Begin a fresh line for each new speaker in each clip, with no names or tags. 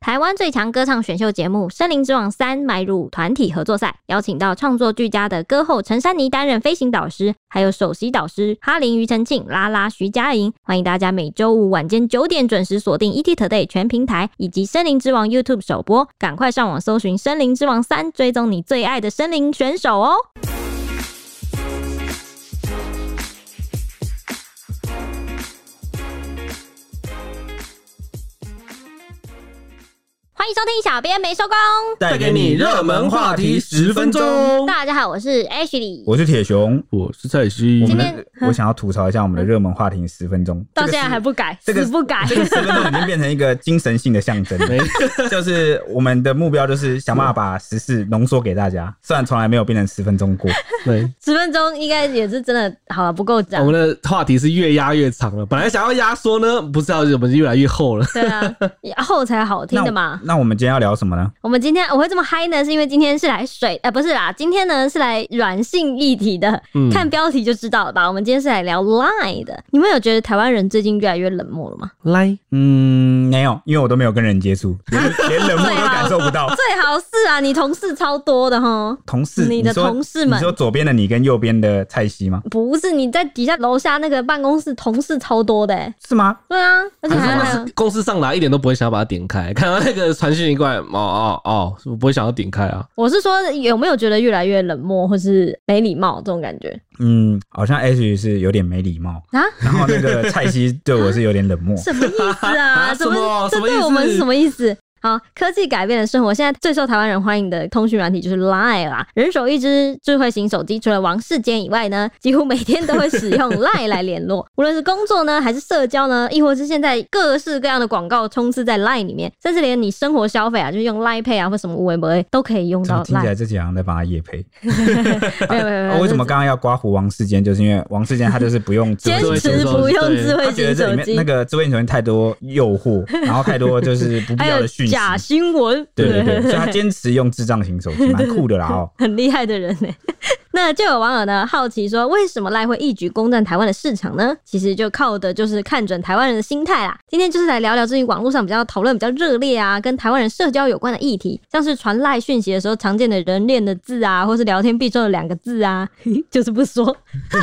台湾最强歌唱选秀节目《森林之王三》迈入团体合作赛，邀请到创作俱佳的歌后陈珊妮担任飞行导师，还有首席导师哈林、庾澄庆、拉拉、徐佳莹。欢迎大家每周五晚间九点准时锁定 ET Today 全平台以及《森林之王》YouTube 首播，赶快上网搜寻《森林之王三》，追踪你最爱的森林选手哦。欢迎收听《小编没收工
带给你热门话题十分钟。》。
大家好，我是 Ashley。
我是铁熊，
我是蔡西
我，
今
们
天嗯
的我想要吐槽一下我们的热门话题十分钟，
到现在还
不
不改，
这个
死不改。
这个十分钟已经变成一个精神性的象 征，就是我们的目标就是想办法把时事浓缩给大家，虽然从来没有变成十分钟过，
对，
十分钟应该也是真的好了，不够
我
长
们。的话题是越压越长了。本来想要压缩呢，不知道我们越来越厚了。
对啊，后才好听的嘛。
那我。那我们今天要聊什么呢？
我们今天我会这么嗨呢，是因为今天是来水，呃，不是啦，今天呢是来软性议题的。
嗯
看标题就知道了吧？我们今天是来聊 Line 的。你们有觉得台湾人最近越来越冷漠了吗？
来，
嗯，没有，因为我都没有跟人接触， 连连冷漠都感受不到。
最好是啊，你同事超多的哈。
同事，
你的
说
同事们
你说左边的你跟右边的蔡西吗？
不是你在底下楼下那个办公室同事超多的、欸，
是吗？
对啊，而且
可是
还有
我
还有
是公司上来一点都不会想要把它点开，看到那个传讯一过来，哦哦哦，我不会想要点开啊。
我是说，有没有觉得越来越冷漠或是没礼貌这种感觉
嗯，好像 H 是有点没礼貌，
啊？
然后那个蔡西对我是有点冷漠。
什么意思啊？
啊
怎
什么
这
什么意
对
思
我们是什么意思？好，科技改变了生活。现在最受台湾人欢迎的通讯软体就是 Line 啦。人手一只智慧型手机，除了王世坚以外呢，几乎每天都会使用 Line 来联络，无论是工作呢，还是社交呢，亦或是现在各式各样的广告充斥在 Line 里面，甚至连你生活消费啊，就是用 Line Pay 啊或什么微博都可以用
怎
到
么听起
Line
来。自己好像在帮他夜配？
没有没有没
啊
有，
为什么刚刚要刮胡王世坚？就是因为王世坚他就是不 用智
坚
慧型
持
手机
不用智慧
他觉
型
得这
手
里面
机？
那个智慧型手机太多诱惑， 然后太多就是不必
还
要
有
的讯息。
假新闻，
对对对，所以他坚持用智障型手机，蛮酷的啦 哦。
很厉害的人呢。 那就有网友呢好奇说，为什么赖会一举攻占台湾的市场呢？其实就靠的就是看准台湾人的心态啦。今天就是来聊聊最近网络上比较讨论比较热烈啊，跟台湾人社交有关的议题，像是传赖讯息的时候常见的人恋的字啊，或是聊天必中的两个字啊， 就是不说。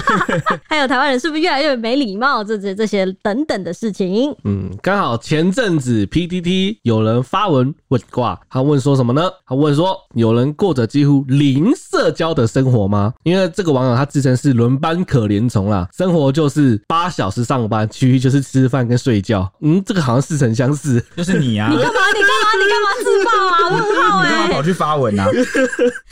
还有台湾人是不是越来越没礼貌，这这这些等等的事情。
嗯，刚好前阵子 PTT 有人发文问卦，他问说什么呢？他问说有人过着几乎零社交的生活吗？因为这个网友他自称是轮班可怜虫啦，生活就是八小时上班，其余就是吃饭跟睡觉。嗯，这个好像似曾相识。
就是你啊，
你干嘛？你干嘛？你干嘛自爆啊？问号
你干
哎、
嘛跑去发文 啊？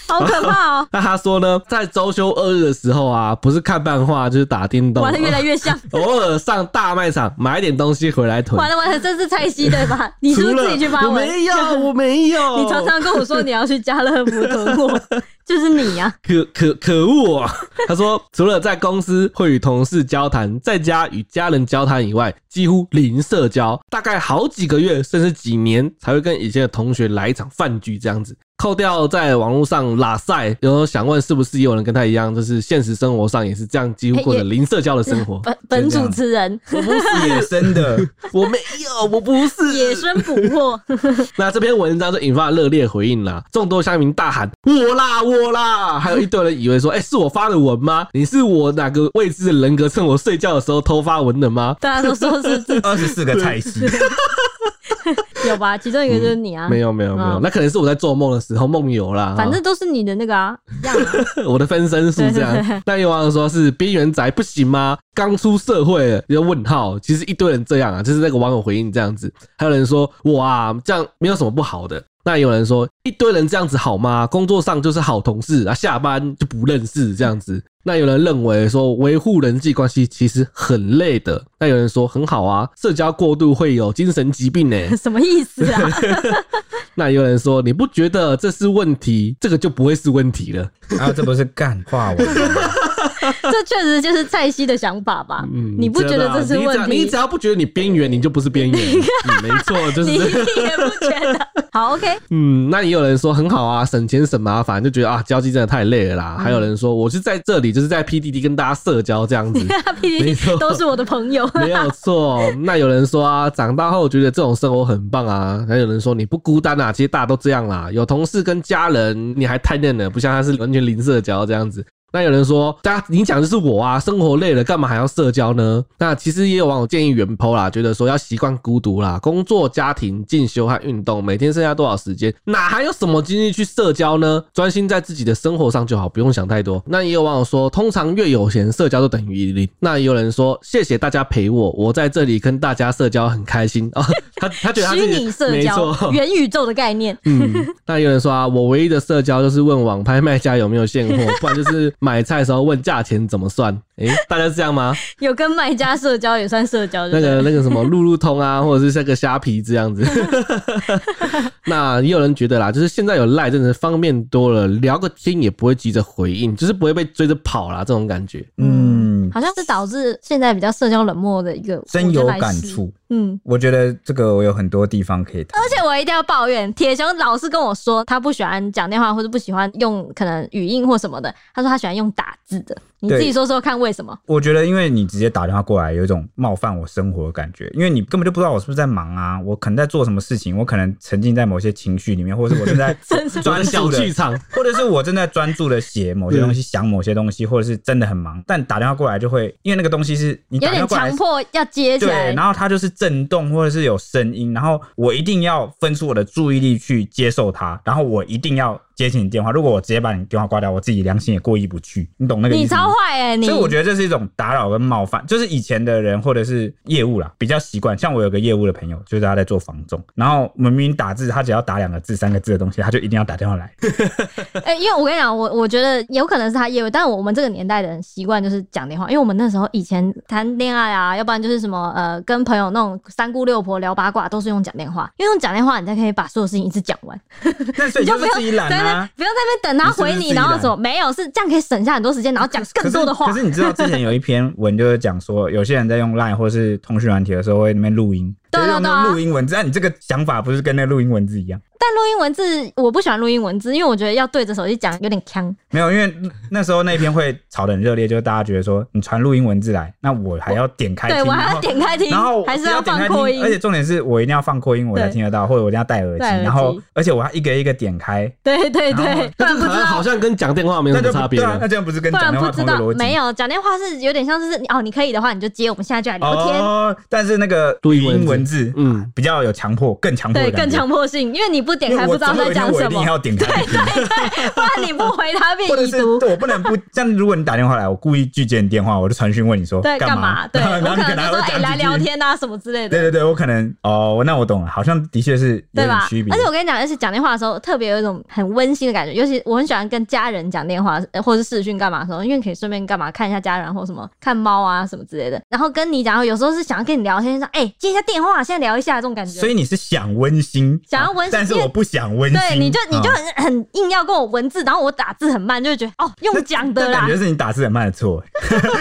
好可怕哦、
那他说呢，在周休二日的时候啊，不是看漫画就是打电动，
玩的越来越像。
偶尔上大卖场买点东西回来囤。
完了完了，这是蔡西对 吧？你是不
除
是
了
自己去发
我
文？
没有，我没 有。
你常常跟我说你要去家乐福囤 货，就是你啊呀、。
可可可恶啊！ 他说，除了在公司会与同事交谈，在家与家人交谈以外，几乎零社交，大概好几个月甚至几年才会跟以前的同学来一场饭局这样子。扣掉在网络上拉塞，然后想问是不是也有人跟他一样，就是现实生活哎上也是这样，几乎过着零社交的 生活
本本主持人
我不是野生的，
我没有，我不是
野生捕 获，
那这篇文章就引发了热烈回应啦，众多乡民大喊“我啦我啦”，还有一堆人以为说：“哎、是我发的文吗？你是我哪个未知的人格趁我睡觉的时候偷发文的吗
大家都说是自
二十四个蔡 西，
有吧？其中一个就是你啊？”，
没有没有没有，
嗯
那可能是我在做梦的时候梦游啦。
反正都是你的那个啊，一样 啊。
啊我的分身术这
对对对
样。那有网友说是边缘宅不行吗？刚出社会了，一个问号。其实一堆人这样啊，就是那个网友回应这样子。还有人说哇，这样没有什么不好的。那有人说一堆人这样子好吗？工作上就是好同事啊，下班就不认识这样子。那有人认为说维护人际关系其实很累的。那有人说很好啊，社交过度会有精神 疾病呢、
什么意思啊？
那有人说你不觉得这是问题，这个就不会是问题了。
然后啊这不是干话文吗，
这确实就是蔡西的想法吧？
嗯
你不觉得这是
真的
问
啊你只要你
题
只？要不觉得你边缘，你就不是边缘。嗯没错，就
你
是
一定也不觉得，好，OK，
嗯，那也有人说很好啊，省钱省麻烦，就觉得啊交际真的太累了
嗯
啦。还有人说我是在这里，就是在 PDD 跟大家社交这样子，没
p d
错
d 都是我的朋友。
没有错。那有人说啊，长大后觉得这种生活很棒啊。还有人说你不孤单啊，其实大家都这样啦，有同事跟家人你还太嫩了，不像他是完全零社交这样子。那有人说，大家你讲的是我啊，生活累了，干嘛还要社交呢？那其实也有网友建议原 PO 啦，觉得说要习惯孤独啦，工作、家庭、进修和运动，每天剩下多少时间，哪还有什么精力去社交呢？专心在自己的生活上就好，不用想太多。那也有网友说，通常越有闲，社交就等于零。那也有人说，谢谢大家陪我，我在这里跟大家社交很开心啊、他他觉得他
虚
自己
拟社
没
交
错、
元宇宙的概念，
嗯，那有人说啊，我唯一的社交就是问网拍卖家有没有现货， 不然就是买菜的时候问价钱怎么算。诶、大家是这样 吗？
有跟卖家社交也算社交，对
那
不对
个那个什么路路通啊，或者是像个虾皮这样 子。那也有人觉得啦，就是现在有赖真的是方便多了，聊个天也不会急着回应，就是不会被追着跑啦，这种感觉。
嗯，
好像是导致现在比较社交冷漠的一个
深有
我觉得
感
来是
触。
嗯，
我觉得这个我有很多地方可以谈。
而且我一定要抱怨，铁熊老是跟我说他不喜欢讲电话，或者不喜欢用可能语音或什么的。他说他喜欢用打字的，你
对
自己说说看为什么？
我觉得，因为你直接打电话过来，有一种冒犯我生活的感觉，因为你根本就不知道我是不是在忙啊，我可能在做什么事情，我可能沉浸在某些情绪里面，或者是我 正在专
小
注的
剧场，
或者是我正在专注的写
嗯
某些东西，想某些东西，或者是真的很忙，但打电话过来就会，因为那个东西是你
有
打
点
电话过来
强，迫要接起来
对，，然后它就是震动或者是有声音，然后我一定要分出我的注意力去接受它，然后我一定要接起你电话。如果我直接把你电话挂掉，我自己良心也过意不去，你懂那个意
你
思吗？
超坏哎、你
所以我觉得这是一种打扰跟冒犯，就是以前的人或者是业务啦，比较习惯。像我有个业务的朋友，就是他在做房仲，然后明明打字，他只要打两个字、三个字的东西，他就一定要打电话 来。
哎、因为我跟你讲，我我觉得有可能是他业务，但我们这个年代的人习惯就是讲电话，因为我们那时候以前谈恋爱啊，要不然就是什么呃，跟朋友那种三姑六婆聊八卦，都是用讲电话，因为用讲电话，你才可以把所有事情一次讲完，
那所以
你就
就
不
是
用
自己懒
在那
啊。
不用在那边等他
你是不
回
是
你，
自己
然后
懒
什么没有，是这样可以省下很多时间，然后讲
可
更
是
多的话。
可是你知道之前有一篇文就是讲说，有些人在用 Line 或是通讯软体的时候会那边录音，
对
就是用
对
那
对啊
种录音文字。那你这个想法不是跟那录音文字一样？
但录音文字我不喜欢录音文字，因为我觉得要对着手机讲有点呛。
没有，因为那时候那篇会吵得很热烈，就是大家觉得说你传录音文字来，那我还要点开听，
对我还
然
要
后
点开听
然后，
还是
要点
放
开
扩
听，
音
而。且重点是我一定要放扩音，我才听得到，或者我一定要戴耳机，
戴耳机
然后而且我要一个一个点开，
对对
然后
对，不
那
然
这
不
个
知
好像
道
好。像跟讲电话没有
那
什
就
么
不
差别
对啊，那
了。
这样不是跟
不然
讲电
不
话
知
同一个
道，
逻辑？
没有讲电话是有点像是哦，你可以的话你就接，我们现在就来聊天，
哦，但是那个
录
语
音文字
音文字啊
嗯，
比较有强迫，更强迫
对，
的感觉，
更强迫性，因为你不点
因为
开
我
不知道
总有
在
一天
讲
我
什
一定
么，
要点开来听，
不然你不回他变
或者
已
是
读。
对我不能不这样。如果你打电话来，我故意拒接你电话，我就传讯问你说
对，干
嘛
嘛？？对，
然后
我
你
可
能
能
还
就
会
说哎
讲
来
几句
聊。天啊什么之类
对
的，
对对，我可能哦，那我懂了，好像的确是有
对
点
吧
区？别。
而且我跟你讲，而且讲电话的时候特别有一种很温馨的感觉，尤其我很喜欢跟家人讲电话呃或者是视讯干嘛的时候，因为可以顺便干嘛看一下家人或什么看猫啊什么之类的。然后跟你讲，有时候是想要跟你聊天，说哎接一下电话，现在聊一下这种感觉。
所以你是想温馨，
想要温馨
但是我不想温馨。
对，你就你就
啊
很、很硬要跟我文字，然后我打字很慢，就会觉得哦用讲的
那
啦
感觉，是你打字很慢的错。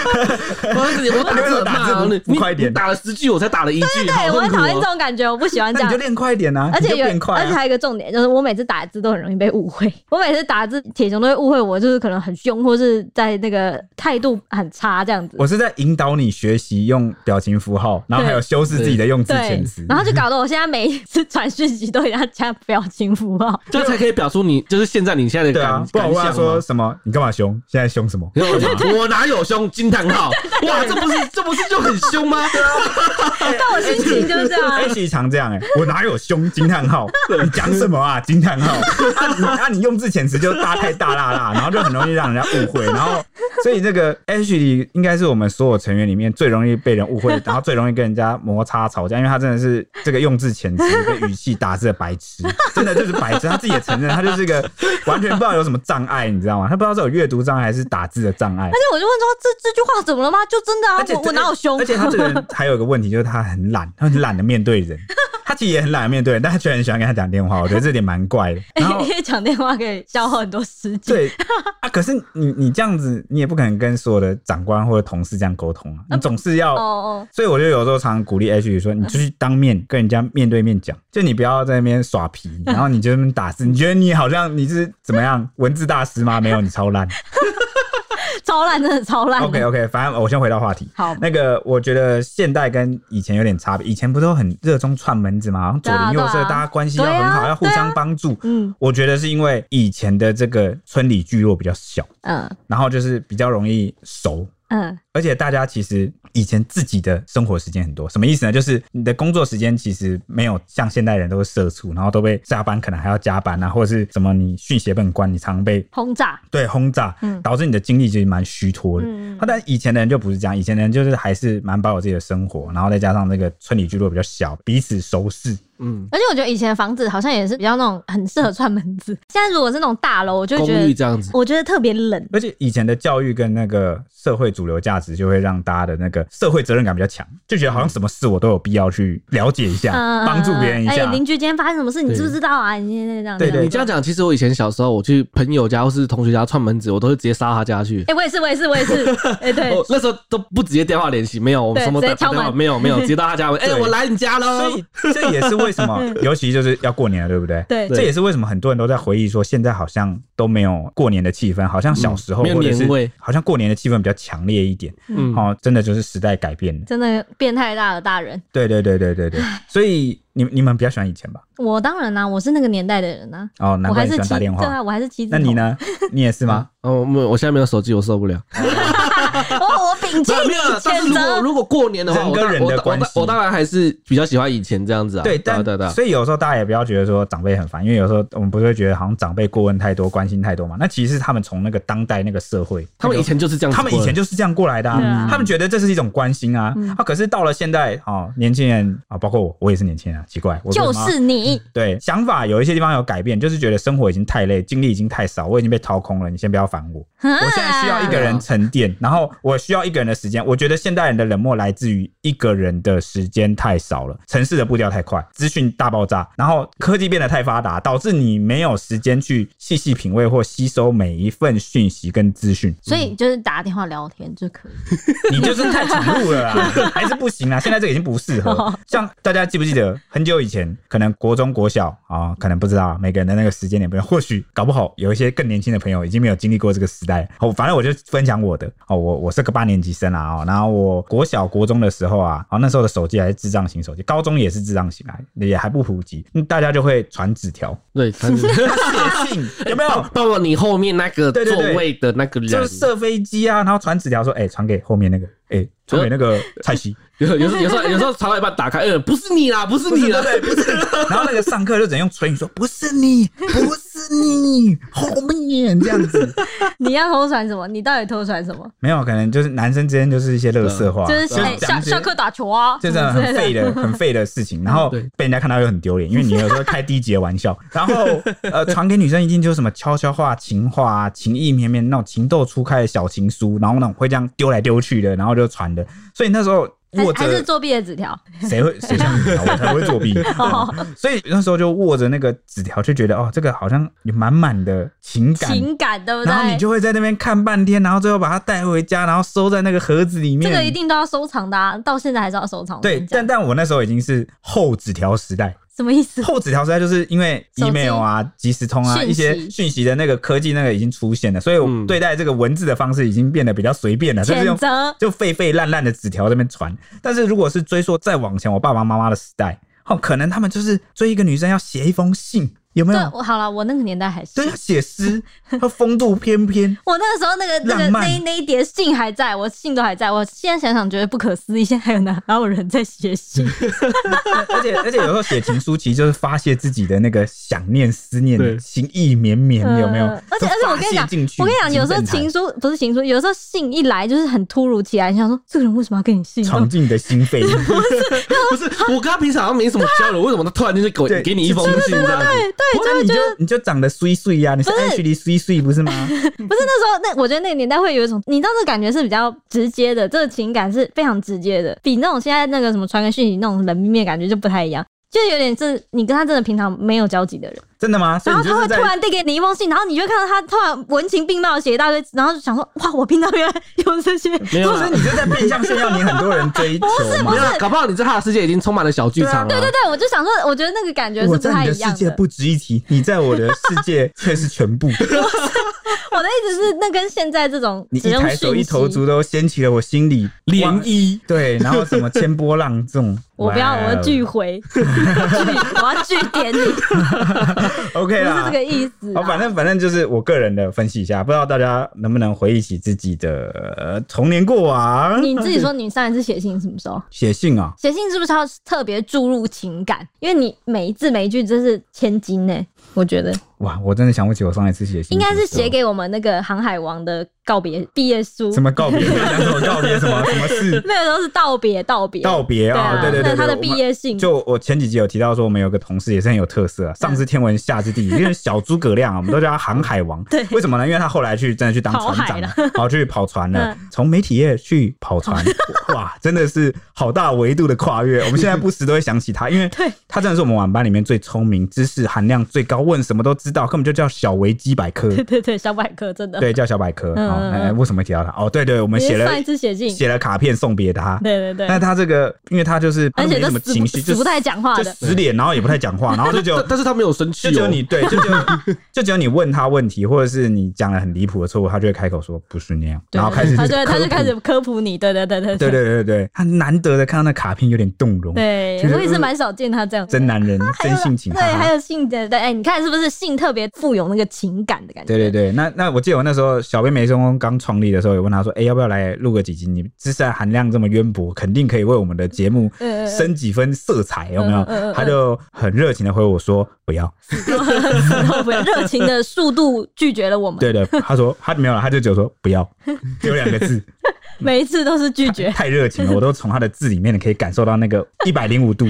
我我打字很慢啊
啊我打字不
你
不快一点
你打了十句我才打了一句，好
对我
痛
很
苦
讨厌这
哦。
种感觉，我不喜欢这
那你
样
就。练快一点啊，
而
你
且
就
有，
变快
而且
啊。
还有一个重点就是，我每次打字都很容易被误会。我每次打字，铁熊都会误会我，就是可能很凶，或是在那个态度很差这样子。
我是在引导你学习用表情符号，然后还有修饰自己的用字
对
遣词，。
然后就搞得我现在每一次传讯息都给他加表情符 号。
这样才可以表述你就是现在你现在的
对
感
啊，不然
感
我问他
想 嘛
说什么？你干嘛凶？现在凶什么？
然后我就我哪有凶？惊叹 号！哇，这不是这不是就很凶吗？
啊
但我心情就是这样啊
H 常这样哎、我哪有凶？惊叹号！你讲什么啊？惊叹号！啊你啊你用字遣词就大太大啦啦，然后就很容易让人家误会，然后所以这个 H 里应该是我们所有成员里面最容易被人误会，然后最容易跟人家摩擦吵架，因为他真的是这个用字遣词跟语气打字的白痴，真的就是白痴，他自己也承认，他就是一个完全不知道有什么障碍，你知道吗？他不知道是有阅读障碍还是打字的障碍
而。且我就问说，这这句话怎么了吗？就真的啊
而且，
我我哪有凶？
而且他这个人还有一个问题，就是他很懒，他很懒得面对人。他其实也很懒得面对人，但他却很喜欢跟他讲电话，我觉得这点 蛮怪的。然后
因为讲电话可以消耗很多时间。
对啊，可是你你这样子，你也不不可能跟所有的长官或者同事这样沟通啊，你总是要
哦哦，
所以我就有时候常鼓励 H 语说，你就去当面跟人家面对面讲，就你不要在那边耍皮，然后你就在那边打字，你觉得你好像你是怎么样文字大师吗？没有，你 超烂。
超烂，真的超烂的。
OK OK，反正我先回到话题。
好，
那个我觉得现代跟以前有点差别，以前不都很热衷串门子嘛，好像左邻右
对啊
舍、
对啊
大家关系要很好，
对啊
要互相帮助。
嗯
我觉得是因为以前的这个村里聚落比较小，
嗯
然后就是比较容易熟，
嗯，
而且大家其实以前自己的生活时间很多，什么意思呢？就是你的工作时间其实没有像现代人都会社畜，然后都被下班可能还要加班啊，或者是什么你讯息也不能关，你常被
轰炸，
对轰炸
嗯，
导致你的精力其实蛮虚脱的。
嗯
那但以前的人就不是这样，以前的人就是还是蛮把我自己的生活，然后再加上那个村里聚落比较小，彼此熟识，
嗯，
而且我觉得以前的房子好像也是比较那种很适合串门子， 现在如果是那种大楼，我就会
公
觉
寓
得
这样子，
我觉得特别冷。
而且以前的教育跟那个社会主流价值就会让大家的那个社会责任感比较强，就觉得好像什么事我都有必要去了解一下，
嗯，
啊帮、助别人一
哎
下。
邻居今天发生什么事，你
对
知不知道啊？你现在这样，
对对
你这样讲，其实我以前小时候，我去朋友家或是同学家串门子，我都会直接杀他家去。
哎，我也是，我也是，我也 是，哎，对
哦
我，那时候都不直接电话联系，没有，我们
对
什么
直接
打打
敲
电话
门
没有没有，直接到他家 门，哎、
对
我来你家
所
哦
喽。
以这也是为什 么，尤其就是要过年了，对不对？
对
这也是为什么很多人都在回忆说，现在好像都没有过年的气氛，好像小时候
嗯没有
或者
年味
是好像过年的气氛比较强烈一点。
嗯，
哦，真的就是时代改变了。
真的变态大的大人。
对对对对对对，所以你你们比较喜欢以前吧？
我当然啊啦、我是那个年代的人啊，
哦，难
我
怪
还
你喜
是
欢
妻
打电
对
话。
啊，我还是妻子。
那 你？呢？你也是吗？
哦，我没有我现在没有手机，我受不了。
哦，我摒弃
那没有啦，但是
谴
如果
责。
如果过年的话，
人
我
跟
当
人的
我当
关系
我当我当然还是比较喜欢以前这样子啊。
对，但
对对对
所以有时候大家也不要觉得说长辈很烦，因为有时候我们不是会觉得好像长辈过问太多、关心太多嘛？那其实是他们从那个当代那个社会，
他们以前就是这样子
他
过的，
们以前就是这样过来的、
对
啊
啊，嗯
他们觉得这是一种关心啊。啊，可是到了现在哦，年轻人啊，包括我，我也是年轻人啊，奇怪，我为
就
什么要
是你，
对想法有一些地方有改变，就是觉得生活已经太累，精力已经太少，我已经被掏空了，你先不要烦我。
我。
嗯我现在需要一个人沉淀，然后我需要一个人的时间。我觉得现代人的冷漠来自于一个人的时间太少了，城市的步调太快，资讯大爆炸，然后科技变得太发达，导致你没有时间去细细品味或吸收每一份讯息跟资讯
所以就是打电话聊天就 可以。
你就是太闯入了啦，还是不行啊啦。现在这个已经不适合。像大家记不记得很久以前，可能国中、国小啊、可能不知道每个人的那个时间点不一样，或许搞不好有一些更年轻的朋友已经没有经历过这个时代。哦，反正我就分享我的哦，我我是个八年级生啊，哦，然后我国小、国中的时候啊，啊那时候的手机还是智障型手机，高中也是智障型啊，也还不普及，嗯大家就会传纸条、
对，他是
写信， 有没 有？
到了你后面那个
对对
座
对
位的那个
就
人，
是射飞机啊，然后传纸条说，哎、传给后面那个，哎、传给那个蔡徐。
有有时有时候有时候传到一半打开，呃，不是你啦，不是
不是
你啦，
对不对？不是。 然后那个上课就只能用唇语说：“不是你，不是你，后面这样子。
你要偷传什么？你到底偷传什么”？
没有，可能就是男生之间就是一些乐色话，
就是
讲
哎
一些
下下课打球啊，
就
什
是
么之类
很废
的。
啊的、很废的事情，然后
对
被人家看到又很丢脸，因为你有时候开低级的玩 笑，然后呃传给女生一定就是什么悄悄话、情话啊、情意绵绵那种情窦初开的小情书，然后那种会这样丢来丢去的，然后就传的，所以那时候
还
握
还是
着
作弊的纸 条，
谁会谁像你啊？我才不会作弊。
哦，
所以那时候就握着那个纸条，就觉得哦，这个好像有满满的情感，
情感对不
然后你
对？
就会在那边看半天，然后最后把它带回家，然后收在那个盒子里
这
面。
个一定都要收藏的，啊，到现在还是要收藏。我
对
跟你，讲
但但我那时候已经是后纸条时代，
什么意 思？
后纸条时代就是因为
手机
email 啊、即时通啊
讯息
一些讯息的那个科技那个已经出现了，所以
嗯
我对待这个文字的方式已经变得比较随便了，就是
谴
用
责
就废废烂烂的纸条这边传。但是如果是追溯再往前，我爸爸妈妈的时代，哦，可能他们就是追一个女生要写一封信，有没
对
有，？
我好了，我那个年代还是
对，啊要写诗，要风度翩翩。
我那个时候那个那个
浪漫
那那一叠信还在，我信都还在。我现在想想觉得不可思议，现在还有哪哪有人在写 信？
而且而且有时候写情书其实就是发泄自己的那个想念、思
对
念、情意绵绵，有没有
嗯？而且
都
而且我
发
跟你
泄
讲
进去，
我跟你讲，有时候情书不是情书，有时候信一来就是很突如其来，你想说这个人为什么要跟你信？
闯进你 的心扉，
不是，我跟他平常好像没什么交流，为什么他突然间就给我
对
给你一封信这样子？
哇，你就你就长得碎碎呀，你是 H 里碎碎不 是吗？
不是那时候，那我觉得那个年代会有一种，你知道这感觉是比较直接的，这个情感是非常直接的，比那种现在那个什么传个讯息那种冷冰冰的感觉就不太一样。就有点是你跟他真的平常没有交集的人，
真的吗？所
然
以
后他
你就是
会
在
突然递给你一封信，然后你就会看到他突然文情并茂地写一大堆，然后就想说哇，我平常原来有这些，
没有
所
啦
以， 你就在变相炫耀你很多人追求嘛
没有。啦，搞不好你在他的世界已经充满了小剧场了。
对对对，我就想说，我觉得那个感觉是
我
不
在
太
你
一
的
样
世界
的。
不值一提，你在我的世界却是 全部。
我的意思是，那跟现在这种
你
只
一
用
抬手
讯
一头
息，
足都掀起了我心里
涟
哇
漪，
对，然后什么千波浪这种，
我不要，
哇哦
我要拒回， 拒我要拒点你，不
OK
是这
啦。
个意思
好，
啊。
反正反正就是我个人的分析一下，不知道大家能不能回忆起自己的呃童年过往。
你自己说，你上一次写信什么时候？
写信啊，
写信是不是要特别注入情感？因为你每一字每一句真是千金呢、我觉得
哇，我真的想不起我上一次写信
应
什么时候，
该是写给我们那个航海王的告别毕业书，
什么 告别，讲什么告别，什么什么事
没有都是道别道别
道别啊？对对
啊那
对，
他
对
的
我
毕
们
业信
就我前几集有提到说，我们有个同事也是很有特色啊，
嗯
上知天文下知地理，因为小诸葛亮啊，我们都叫他航海王。
对
为什么呢？因为他后来去真的去当船
跑嗯
长了，跑去跑船了，从媒体业去跑船，哇，真的是好大维度的跨越。我们现在不时都会想起他，因为
对
他真的是我们晚班里面最聪明、知识含量最高、问什么都知道，根本就叫小维基百科。
对对对，小百科真的。
对，叫小百科。
嗯
哦
嗯
哎，
嗯
为什么会提到他？哦，对对，我们
你
写
是
了
上一次写信，
写了卡片送别他。
对对对，
但他这个，因为他就是他
而且
没
都
什么
死不
情绪，就
死不太讲话
就
的，
死脸，然后也不太 讲话，然后就只有
但但是他没有生气
就
哦，
只有你对，就只有就只有你问他问题，或者是你讲了很离谱的错误，他就会开口说不是那样，
对
然后开始
他就
科
他就
普
开始科普你，对对对对
对对对对，他难得的看到那卡片有点动容，
对
其实嗯
我也是蛮少见他这样
真男人真性情，
对，
哈哈
还有性的，对，哎，你看是不是性特别富有那个情感的感觉？
对对对，那那我记得我那时候小编梅松翁刚创立的时候，也问他说：“哎、要不要来录个几集？你知识含量这么渊博，肯定可以为我们的节目
嗯嗯嗯
升几分色彩，有没有
嗯嗯嗯嗯？”
他就很热情的回我说：“不要。
然后热情的速度拒绝了我”们，
对的，他说他没有了，他就只有说“不要”，只有两个字，
每一次都是拒 绝
太热情了，我都从他的字里面可以感受到那个一百零五度。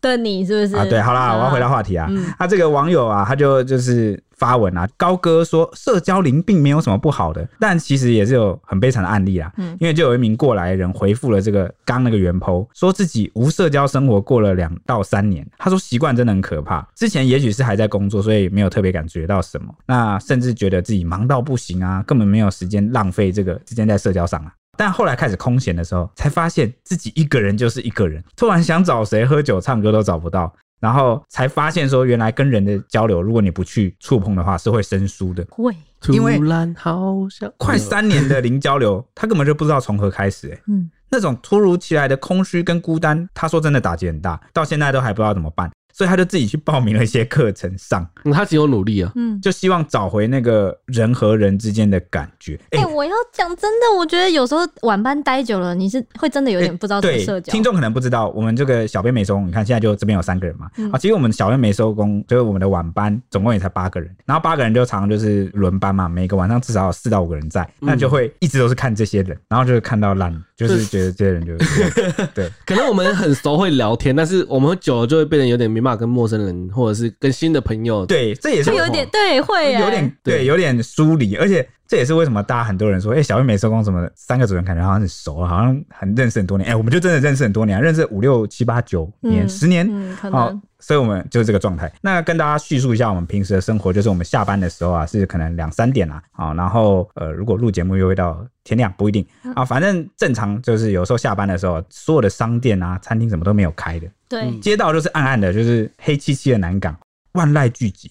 的你，是不是？嗯
啊，对，好啦，我要回到话题啊。他、这个网友啊，他就就是发文啊，高歌说社交零并没有什么不好的，但其实也是有很悲惨的案例啊。
嗯
因为就有一名过来人回复了这个刚那个原 po，说自己无社交生活过了两到三年，他说习惯真的很可怕。之前也许是还在工作，所以没有特别感觉到什么，那甚至觉得自己忙到不行啊，根本没有时间浪费这个时间在社交上啊。但后来开始空闲的时候，才发现自己一个人就是一个人，突然想找谁喝酒唱歌都找不到，然后才发现说，原来跟人的交流，如果你不去触碰的话，是会生疏的。
会，
因为
突然好想啊
快三年的零交流，他根本就不知道从何开始、欸，
嗯，
那种突如其来的空虚跟孤单，他说真的打击很大，到现在都还不知道怎么办，所以他就自己去报名了一些课程上，
嗯他只有努力啊，
嗯。
就希望找回那个人和人之间的感觉。哎、
哎、我要讲真的，我觉得有时候晚班待久了，你是会真的有点不知道怎么
对，
社交。
听众可能不知道，我们这个小编没收工，你看现在就这边有三个人嘛。
嗯
啊，其实我们小编没收工，就是我们的晚班，总共也才八个人。然后八个人就常常就是轮班嘛，每个晚上至少有四到五个人在，
嗯
那就会一直都是看这些人，然后就是看到烂，就是觉得这些人就是 对。
可能我们很熟会聊天，但是我们久了就会变得有点没办法跟陌生人或者是跟新的朋友
对，这也是
就有点对，会、欸、
有点
对
对，有点疏离，而且这也是为什么大家很多人说，哎、小妹没收工什么的，三个主人感觉好像很熟，啊，好像很认识很多年。哎、我们就真的认识很多年啊，认识五六七八九年、
嗯
十年，
嗯可能
好、所以我们就是这个状态。那跟大家叙述一下我们平时的生活，就是我们下班的时候啊，是可能两三点啊，好、然后呃，如果录节目又会到天亮，不一定
嗯
啊，反正正常就是有时候下班的时候，所有的商店啊、餐厅什么都没有开的，
对、
嗯
街道就是暗暗的，就是黑漆漆的南港，万籁俱 寂。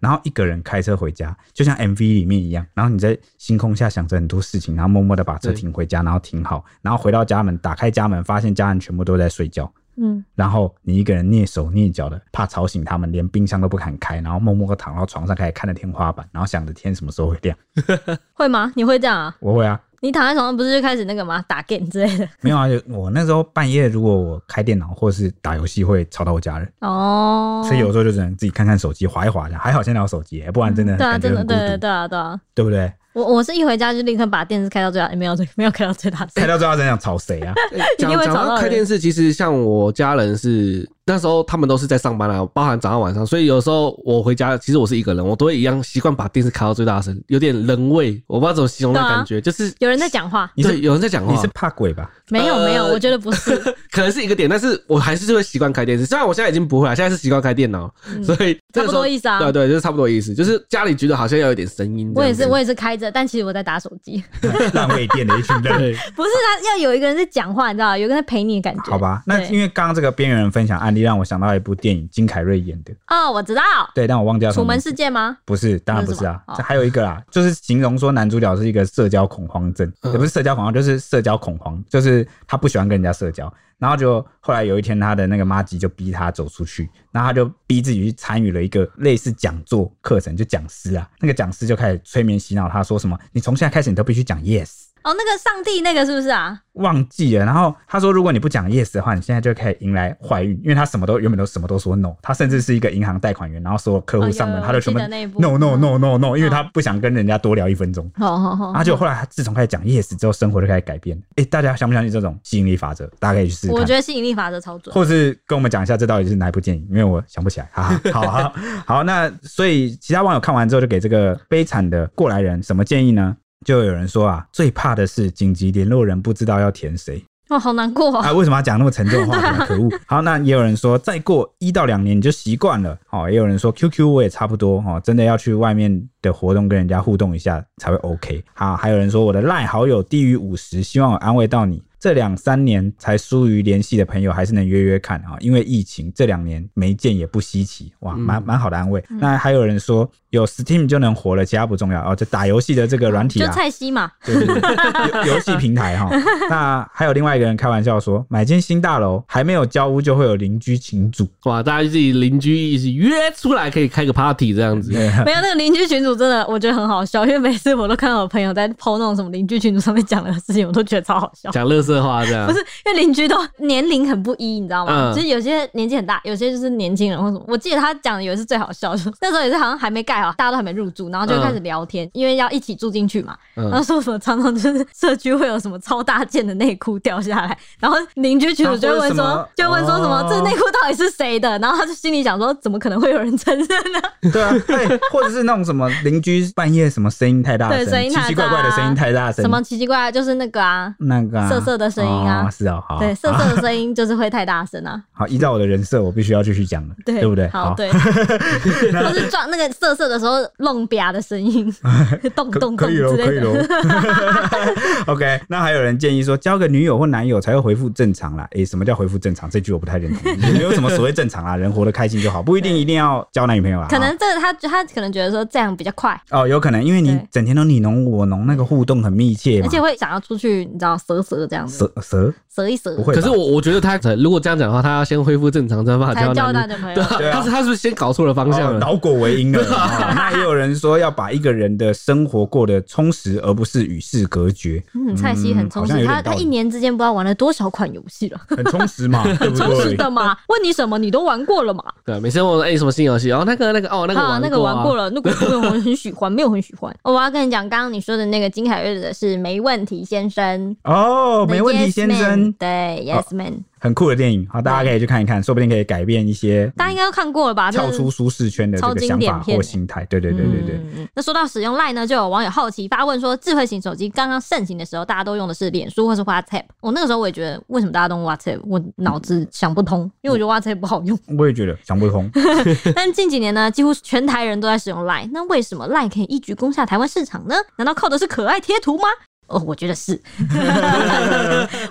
然后一个人开车回家，就像 MV 里面一样。然后你在星空下想着很多事情，然后默默的把车
对
停回家，然后停好，然后回到家门，打开家门，发现家人全部都在睡觉。
嗯，
然后你一个人蹑手蹑脚的，怕吵醒他们，连冰箱都不敢开，然后默默的躺到床上，开始看着天花板，然后想着天什么时候会亮。
会吗？你会这样啊？
我 会啊，
你躺在床上不是就开始那个吗？打 game 之类的
没有啊，就我那时候半夜如果我开电脑或是打游戏，会吵到我家人。
哦。
所以有时候啊就只能自己看看手机，划一划一下。还好现在有手机、不然真的
对啊，
感觉
真的
很孤独，
对对啊对啊，
对不对？
我我是一回家就立刻把电视开到最大，没有没有开到最大
开
声。
到最后真想吵谁 啊？
欸讲
一定会
讲
找到
到
人
开电视，其实像我家人是那时候他们都是在上班啊，包含早上晚上，所以有时候我回家，其实我是一个人，我都会一样习惯把电视开到最大声，有点人味，我不知道怎么形容那
对啊
感觉，就是
有人在讲话，
你是有人在讲话，
你是怕鬼吧？
没有没有，
呃
我觉得不是。
可能是一个点，但是我还是会习惯开电视。虽然我现在已经不会了，现在是习惯开电脑，所以
嗯
这
差
个时
不
候
多意思啊
对对，就是差不多意思，就是家里觉得好像要有点声音这
我
样
也
子。
是，我也是开着，但其实我在打手 机。
浪费电的一群人。
对，
不是啊，要有一个人在讲话，你知道吧有一个人在陪你的感觉。
好吧，那
对
因为刚刚这个边缘人分享案例，让我想到一部电影，金凯瑞演的，
哦，我知道，
对，啊但我忘掉
《
什
楚
么
门
名字。
世界》吗？
不是，当然不是啊
那是什么哦，
这还有一 个啦，就是形容说男主角是一个社交恐慌症，
嗯
也不是社交恐慌，就是社交恐慌，就是他不喜欢跟人家社交，然后就后来有一天他的那个妈吉就逼他走出去，然后他就逼自己去参与了一个类似讲座课程，就讲师啊，那个讲师就开始催眠洗脑他说什么，你从现在开始你都必须讲 yes。
哦，那个上帝那个是不是啊？
忘记了，然后他说，如果你不讲 yes 的话，你现在就可以迎来怀孕，因为他什么都原本都什么都说 no，他甚至是一个银行贷款员，然后所有客户上门，
哎呦
他就全部
我记得那一部嗯哦
no no no no no，因为他不想跟人家多聊一分钟。
好好好
然后就后来，他自从开始讲 yes 之后，生活就开始改变了。诶，大家相不相信这种吸引力法则？大家可以去试试
我
看
觉，得吸引力法则 超准。
或是跟我们讲一下这到底是哪一部电影，因为我想不起来。哈哈， 好好好，那所以其他网友看完之后，就给这个悲惨的过来人什么建议呢？就有人说啊，最怕的是紧急联络人不知道要填谁。
哦，好难过、哦。
啊，为什么要讲那么沉重的话题啊？可恶！好，那也有人说，再过一到两年你就习惯了。哦，也有人说，QQ 我也差不多哦，真的要去外面的活动跟人家互动一下才会 OK。好，还有人说我的赖好友低于五十，希望我安慰到你。这两三年才疏于联系的朋友，还是能约约看啊、因为疫情这两年没见也不稀奇，哇，蛮蛮好的安慰。那还有人说有 Steam 就能活了，其他不重要哦。就打游戏的这个软体
就
啊，
蔡西 嘛，
就是游游戏平台哈。那还有另外一个人开玩笑说，买间新大楼还没有交屋就会有邻居群主，
哇，大家自己邻居一起约出来，可以开个 party 这 样子。
没有那个邻居群主真的，我觉得很好笑，因为每次我都看到我朋友在 PO 那种什么邻居群主上面讲的事情，我都觉得超好笑。
讲乐色话这样，
不是，因为邻居都年龄很不一，你知道吗？
嗯
就是有些年纪很大，有些就是年轻人或什么。我记得他讲的有一次最好笑，就是那时候也是 好像还没盖好，大家都还没入住，然后就开始聊天，因为要一起住进去嘛。
嗯
然后说什么常常就是社区会有什么超大件的内裤掉下来，然后邻居群主就会问说
啊或，者什么
就问说什么、
哦
这内裤到底是谁的？然后他就心里想说，怎么可能会有人承认呢？
对啊，对，或者是那种什么邻居半夜什么声音太大
对声
声，
音
奇
太大
奇怪怪的声音太大声，
什么奇奇怪怪，就是那个啊。
那个啊
瑟瑟的声音啊
哦是哦，好，
对，瑟
好
瑟的声音就是会太大声啊，
好，依照我的人设，我必须要继续讲了，
对
不对？
好， 对，或是撞那个瑟瑟的时候弄啪的声音， 咚
可
咚
可
咚
以喽，哦
之
可
类
以
的
喽。OK，那还有人建议说，交个女友或男友才会恢复正常啦。诶、什么叫恢复正常？这句我不太认 同，也没有什么所谓正常啦，人活得开心就好，不一定一定要交男女朋友啦。
可
啊
能这他他可能觉得说这样比较快，
哦，有可能，因为你
对
整天都你侬我侬，那个互动很密切嘛。
而且会想要出去，你知道蛇蛇这样子，
蛇蛇
蛇一蛇
不会吧，
可是我我觉得他呃如果这样讲的话，他要先恢复正常，才有办法
才
交
交
男
到
女。
男朋
对
友。
啊，
对啊
他是他是不是先搞错了方向
哦
了？
倒果为因了。哦那也有人说要把一个人的生活过得充实，而不是与世隔绝，
嗯，蔡西很充
好像
实，
有
他
点道
他
理
一年之间不知道玩了多少款游戏了，
很充实嘛，对不对？
充实的嘛。 问你什么，你都玩过了嘛？
对，每次问我哎、什么新游戏，哦那个那个哦那个玩
啊， 那个玩过
了，
了，那个我很很喜欢，没有很喜欢。哦我要跟你讲，刚刚你说的那个金海瑞的是《没问题先生》
哦，
The
没问题，
Yes
先
Man，
生，
对，Yes Man，
很酷的电影，好，大家可以去看一看，说不定可以改变一些
大家应该都看过了吧？
跳
啊就是
出舒适圈的这个想法或心态。对对对对对，
嗯嗯那说到使用 Line 呢，就有网友好奇发问说，智慧型手机刚刚盛行的时候，大家都用的是脸书或是 WhatsApp。我那个时候我也觉得，为什么大家都用 WhatsApp？我脑子想不通，因为我觉得 WhatsApp 不好用。
我也觉得想 不通。
但近几年呢，几乎全台人都在使用 Line。那为什么 Line 可以一举攻下台湾市场呢？难道靠的是可爱贴图吗？哦，我觉得是，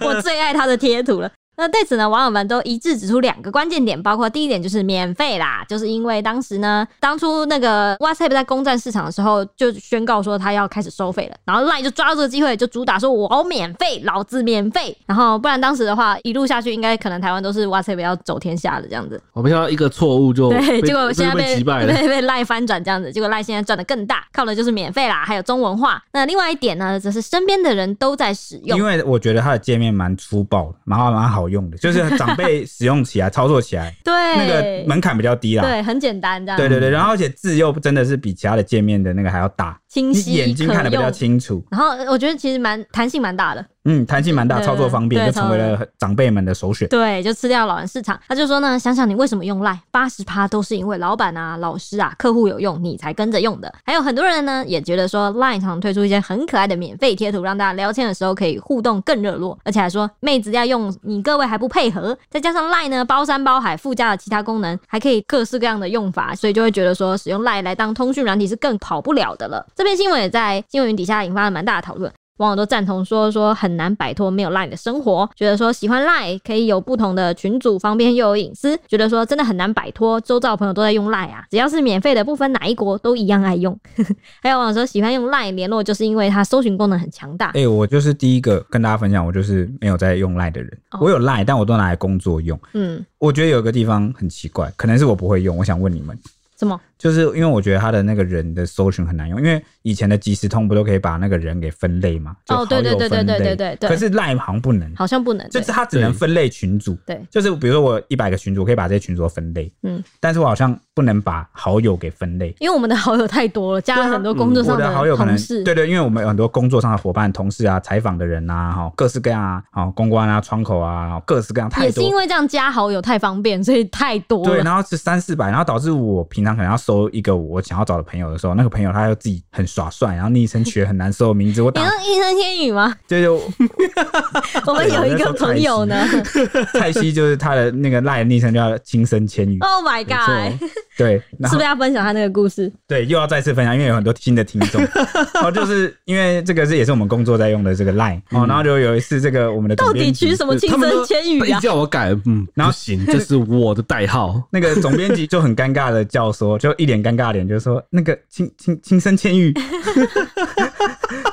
我最爱它的贴图了。那对此呢，网友们都一致指出两个关键点，包括第一点就是免费啦，就是因为当时呢，当初那个 WhatsApp 在攻占市场的时候，就宣告说它要开始收费了，然后 Line 就抓住这个机会，就主打说我免费，老子免费。然后不然当时的话，一路下去，应该可能台湾都是 WhatsApp 要走天下的这样子。
我们想到一个错误就
对，
被
结果
被
现在被
被击败了。
被被赖翻转这样子，结果赖现在赚的更大，靠的就是免费啦，还有中文化。那另外一点呢，则是身边的人都在使用
因。为我觉得它的界面蛮粗暴的，蛮蛮好好用的，就是 长辈使用起来、操作起来，
对，
那个门槛比较低啦。
对啊很简单这样，
对对对，然后而且字又真的是比其他的界面的那个还要大，
清
你
晰
眼睛看得比
可
较
用。
清楚，
然后我觉得其实蛮弹性蛮大的，
嗯，弹性蛮大，
对
操作方便，
对啊
就成为了长辈们的首选。
对，就吃掉老人市场。他就说呢，想想你为什么用赖，八十趴都是因为老板啊、老师啊、客户有用，你才跟着用的。还有很多人呢也觉得说，Line 常推出一些很可爱的免费贴图，让大家聊天的时候可以互动更热络，而且还说妹子要用，你各位还不配合。再加上 Line 呢包山包海附加了其他功能，还可以各式各样的用法，所以就会觉得说使用 Line 来当通讯软体是更跑不了的了。这篇新闻也在新闻云底下引发了蛮大的讨论。网友都赞同说说很难摆脱没有 LINE 的生活，觉得说喜欢 LINE 可以有不同的群组，方便又有隐私，觉得说真的很难摆脱，周遭的朋友都在用 LINE 啊，只要是免费的，不分哪一国都一样爱用。 还有网友说喜欢用 LINE 联络，就是因为它搜寻功能很强大。
哎、我就是第一个跟大家分享，我就是没有在用 Line 的人，
哦
我有 Line，但我都拿来工作用。
嗯，
我觉得有一个地方很奇怪，可能是我不会用，我想问你们，
什么？
就是因为我觉得他的那个人的搜寻很难用，因为以前的即时通不都可以把那个人给分类嘛？就
哦对对
好友
对对对
分类
对对对
可是 Line 好像不能，
好像不能。
就
对
是它只能分类群组。
对，
就是比如说我一百个群组，我可以把这些群组分类，
嗯，
但是我好像不能把好友给分类。
因为我们的好友太多了，加了很多工作
啊我
上
的好友可能
同事。
对对，因为我们有很多工作上的伙伴、同事啊、采访的人啊，哈，各式各样啊，哦，公关啊、窗口啊，各式各样，太
也是因
多。
为这样加好友太方便，所以太多
对，
了。
然后是三四百，然后导致我平常可能要搜一个我想要找的朋友的时候，那个朋友他又自己很耍帅，然后昵称取得很难搜的名字，我
你
打
用一声天语 吗？
对 就
我们有一个朋友呢。
蔡西就是他的那个赖的昵称叫轻声千语，
Oh my
没错
god！。
对，然
是
后
不是要分享他那个故事？
对又要再次分享，因为有很多新的听众，然后就是因为这个是也是我们工作在用的这个赖，哦，然后就有一次这个我们
嗯
的
到
总
底
编辑
取什么轻
他们
声
都
千语
一
啊？
叫我改，嗯，
然后
不行，这是我的代号。
那个总编辑就很尴尬的叫说，就一脸尴尬的脸，就说那个轻轻轻声 千语，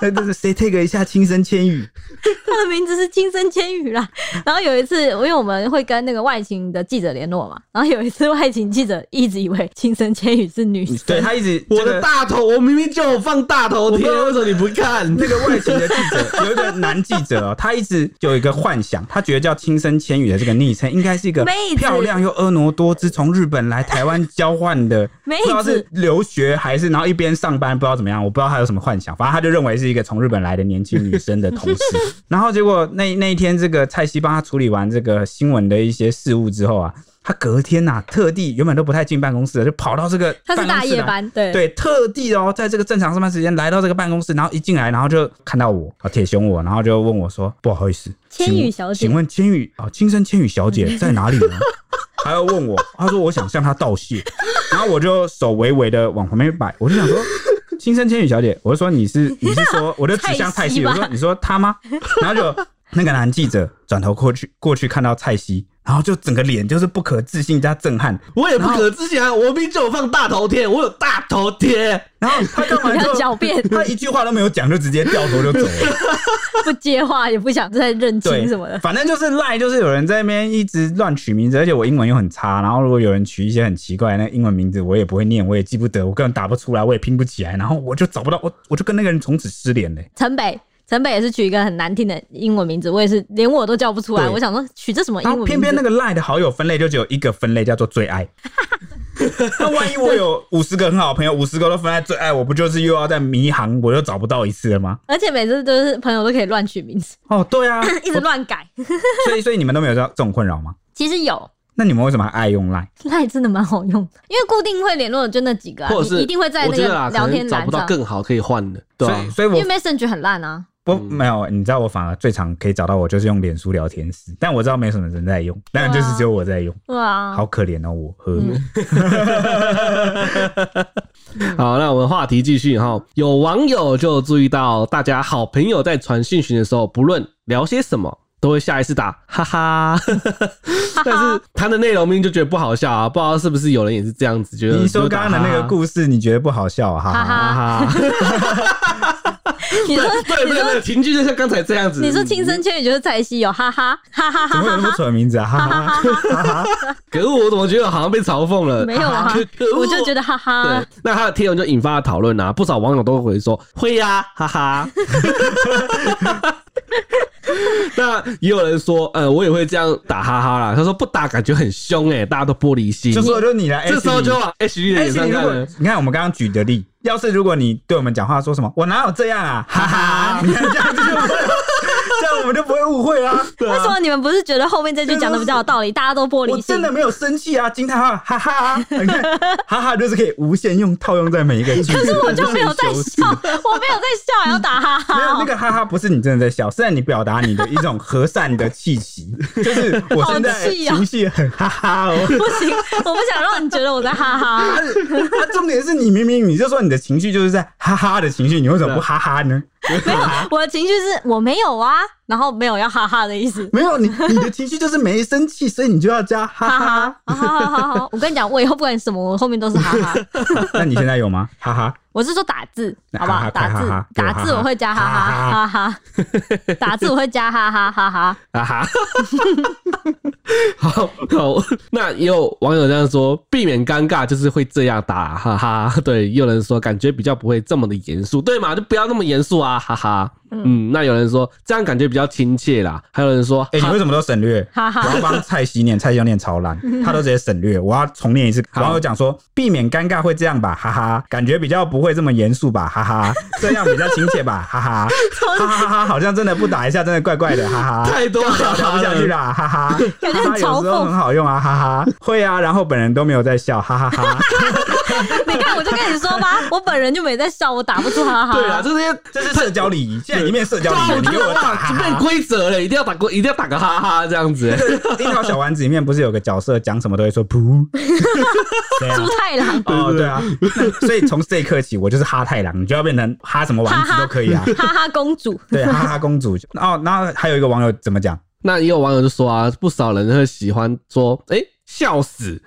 那这是谁 take 一下轻声千语？
他的名字是轻声千语 啦。然后有一次，因为我们会跟那个外勤的记者联络嘛，然后有一次外勤记者一直以为轻声千语是女生，
对他一直
我
这
的
个
大头，我明明就有放大头贴，为什么你不 看？
那个外勤的记者有一个男记者、哦，他一直有一个幻想，他觉得叫轻声千语的这个昵称应该是一个
妹子
漂亮又婀娜多姿，从日本来台湾交换的，
妹
不知道是
子
留学还是然后一边上班，不知道怎么样，我不知道他有什么幻想，反正他就认为是一个从日本来的年轻女生的同事。 然后结果那那一天，这个蔡西帮他处理完这个新闻的一些事务之后啊，他隔天呐、特地原本都不太进办公室的，就跑到这个
她是
办公
大
室
夜
来
班，对，
对，特地哦，在这个正常上班时间来到这个办公室，然后一进来，然后就看到我啊，铁胸我，然后就问我说：“不好意思，
千
请
羽小姐
请问千羽啊，亲生千羽小姐在哪里呢？”还要问我，他说我想向她道谢，然后我就手微微的往旁边摆，我就想说。亲生千羽小姐，我就说 你是你是说，我就指向蔡
蔡
西，
西吧
我说你说她吗？然后就那个男记者转头过去，过去看到蔡西，然后就整个脸就是不可置信加震撼，
我也不可置信啊！我明明就有放大头贴，我有大头贴，
然后他干嘛
你要
就
狡辩，
他一句话都没有讲，就直接掉头就走 了。
不接话，也不想再认亲什么的。
反正就是赖，就是有人在那边一直乱取名字，而且我英文又很差。然后如果有人取一些很奇怪的那英文名字，我也不会念，我也记不得，我根本打不出来，我也拼不起来。然后我就找不到，我我就跟那个人从此失联嘞、
城北，城北也是取一个很难听的英文名字，我也是连我都叫不出来。
对
我想说取这什么英
然
文
后
名字？
偏偏那个赖的好友分类就只有一个分类叫做 最爱。那万一我有五十个很好的朋友，五十个都分在最爱，我不就是又要在迷航，我又找不到一次了吗？
而且每次都是朋友都可以乱取名字，
哦，对啊，
一直乱改。
所以所以你们都没有这这种困扰吗？
其实有，
那你们为什么还爱用赖？
赖真的蛮好用的，因为固定会联络的就那几个、啊，
或
你
者是
一定会在
我
那
觉得
个
啊，
聊
可
天
能找
栏
不到
上，
更好可以换的，对
所
啊嗯
以，所以我
因为 Messenger 很烂啊。
不，没有，你知道我反而最常可以找到我就是用脸书聊天室，但我知道没什么人在用，但就是只有我在用，
对啊，
好可怜哦，我呵，
嗯
好，那我们话题继续哈。有网友就注意到，大家好朋友在传讯息的时候，不论聊些什么，都会下意识打哈哈。 但是他的内容明明就觉得不好笑啊，不知道是不是有人也是这样子觉得。
你说刚刚的那个
事，
故事，你觉得不好笑啊？哈
哈
哈，
哈，
哈哈，
你说
不能不能不能，情绪就像刚才这样子。
你说轻声千语就是蔡西有哦哈哈哈哈
怎
哈
么会有那
哈
么
哈。
蠢的名字啊？哈哈哈哈！
可是我怎么觉得好像被嘲讽了？
没有啊
可 可恶
我就觉得哈哈
对，，啊那他的贴文就引发了讨论啊，不少网友都回说会呀、哈哈。 那也有人说，呃，我也会这样打哈哈啦。他说不打感觉很凶哎、大家都玻璃心。
这时候就是你来，
这时候就往 H D 的
哎，
脸上
如
看
果
了。
你看我们刚刚举的例，要是如果你对我们讲话说什么“我哪有这样啊”，哈哈，你看这样就不会这样我们就不会误会啦。对
为什么你们不是觉得后面这句讲的比较有道理？大家都玻璃
我
心
真，的没有生气啊！惊叹号，哈哈！你看， 哈哈就是可以无限用套用在每一个句子。可是
我就没有在笑，我没有在笑，还要打哈哈
没有那
哦。
个哈哈，不是你真的在笑，是在你表达你的一种和善的 气息，就是我现
好
在
气哦
情绪很哈哈哦。
不行，我不想让你觉得我在哈 哈。哦
那重点是你明明你就说你的情绪就是在哈哈的情绪，你为什么不哈哈呢？
没有，我的情绪是我没有啊，然后没有要哈哈的意思。
没有你，你的情绪就是没生气，所以你就要加哈
哈
哈。
哈，好好好 好，我跟你讲，我以后不管什么，我后面都是哈哈。
那你现在有吗？哈哈，
我是说打字，好不
哈
好？
哈
打字
哈哈，
打字我会加哈哈哈 哈，打字我会加哈哈哈哈。
哈啊哈， 好好，那也有网友这样说，避免尴尬就是会这样打，哈哈。对，也有人说感觉比较不会这么的严肃，对嘛？就不要那么严肃啊，哈哈。嗯，那有人说这样感觉比较亲切啦，还有人说，
哎、你为什么都省略？
哈哈
我要帮蔡西念，蔡西要念超烂，他都直接省略。我要重念一次。
好
网友讲说，避免尴尬会这样吧，哈哈，感觉比较不会这么严肃吧，哈哈，这样比较亲切吧，哈哈，哈哈哈，好像真的不打一下真的怪怪的，哈哈。
哎太多哈
聊
哈
不下
了
去。啦，哈哈！
感觉很
哈哈有时
嘲
候
讽
很好用啊，哈哈！会啊，然后本人都没有在笑，哈哈哈！
你看，我就跟你说 吧，我本人就没在笑，我打不出哈哈。
啊
对啦，啊这些
这是社交礼仪，现在已经变社交礼
哇，
仪
我
了，你
觉
给
得
我打
哇，
哈
啊这变
哈！
规则了，一定要打过，一定要打个哈哈这样子、
樱桃小丸子里面不是有个角色讲什么都会说噗， 对啊
猪太郎，
哦，对啊，那 所以从这一刻起，我就是哈太郎，你就要变成哈什么丸子都可以 啊。
哈哈公主，
对，哈哈公主。哦，然后还有一个网友怎么讲？
那也有网友就说啊，不少人会喜欢说，哎、笑死，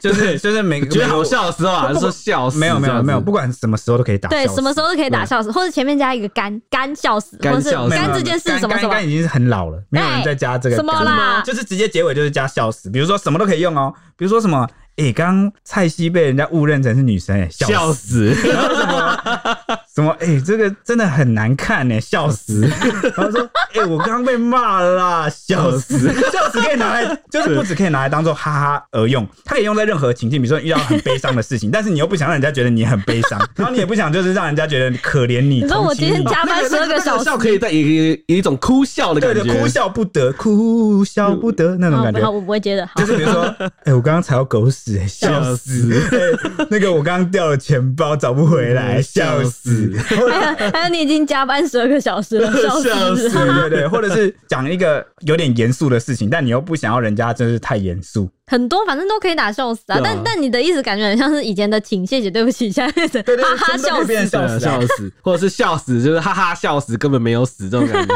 就是就是每
觉得好，笑的时 候啊，
不不
说笑死，
没有没有没有，不
不
管什么时候都可以打笑死。
对，什么时候都可以打
对
笑死，或者前面加一个干干笑死，
干
或者是
笑死
干这件事什么什
干
么哎
干已经是很老了，没有人再加这个
什么
干
啦，
就是直接结尾就是加笑死，比如说什么都可以用哦，比如说什么，诶，刚刚蔡西被人家误认成是女生，哎，
笑
笑死，
死，
然后什么 什么，诶，这个真的很难看哎，笑 死，然后说，诶，我刚刚被骂了啦，笑死，笑死可以拿 来，就是不只可以拿来当做哈哈而用，它可以用在任何情境，比如说遇到很悲伤的事 情，但是你又不想让人家觉得你很悲伤， 然后你也不想就是让人家觉得可怜你，
你说我今天
同情你
加班十二个小
笑
时，
笑可以带有一有一种哭笑的
对
感
的，
觉，
哭笑不得，哭笑不得那种
好
感觉
哦好，。我不会接 的，好
就是比如 说，哎、我刚刚踩到狗屎、哎笑死！哎那个我刚刚掉了钱包，找不回来，
嗯
笑死！
还有还有，你已经加班十二个小时 了，笑
笑
死！
对对对，或者是讲一个有点严肃的事情，但你又不想要人家真是太严肃，
很多反正都可以打笑死啊
对，啊
但但你的意思感觉很像是以前的请谢谢对不起，现在变 成
对对
哈
对，
哈
全部都
笑
可以变
死。
成笑
对
死啊、
笑 死，或者是笑死，就是哈哈笑死，根本没有死这种 感觉，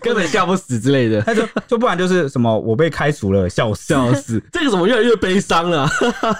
根本笑不死之类的，
他就就不然就是什么我被开除了， 笑死！
笑 死，这个怎么越来越悲伤了啊？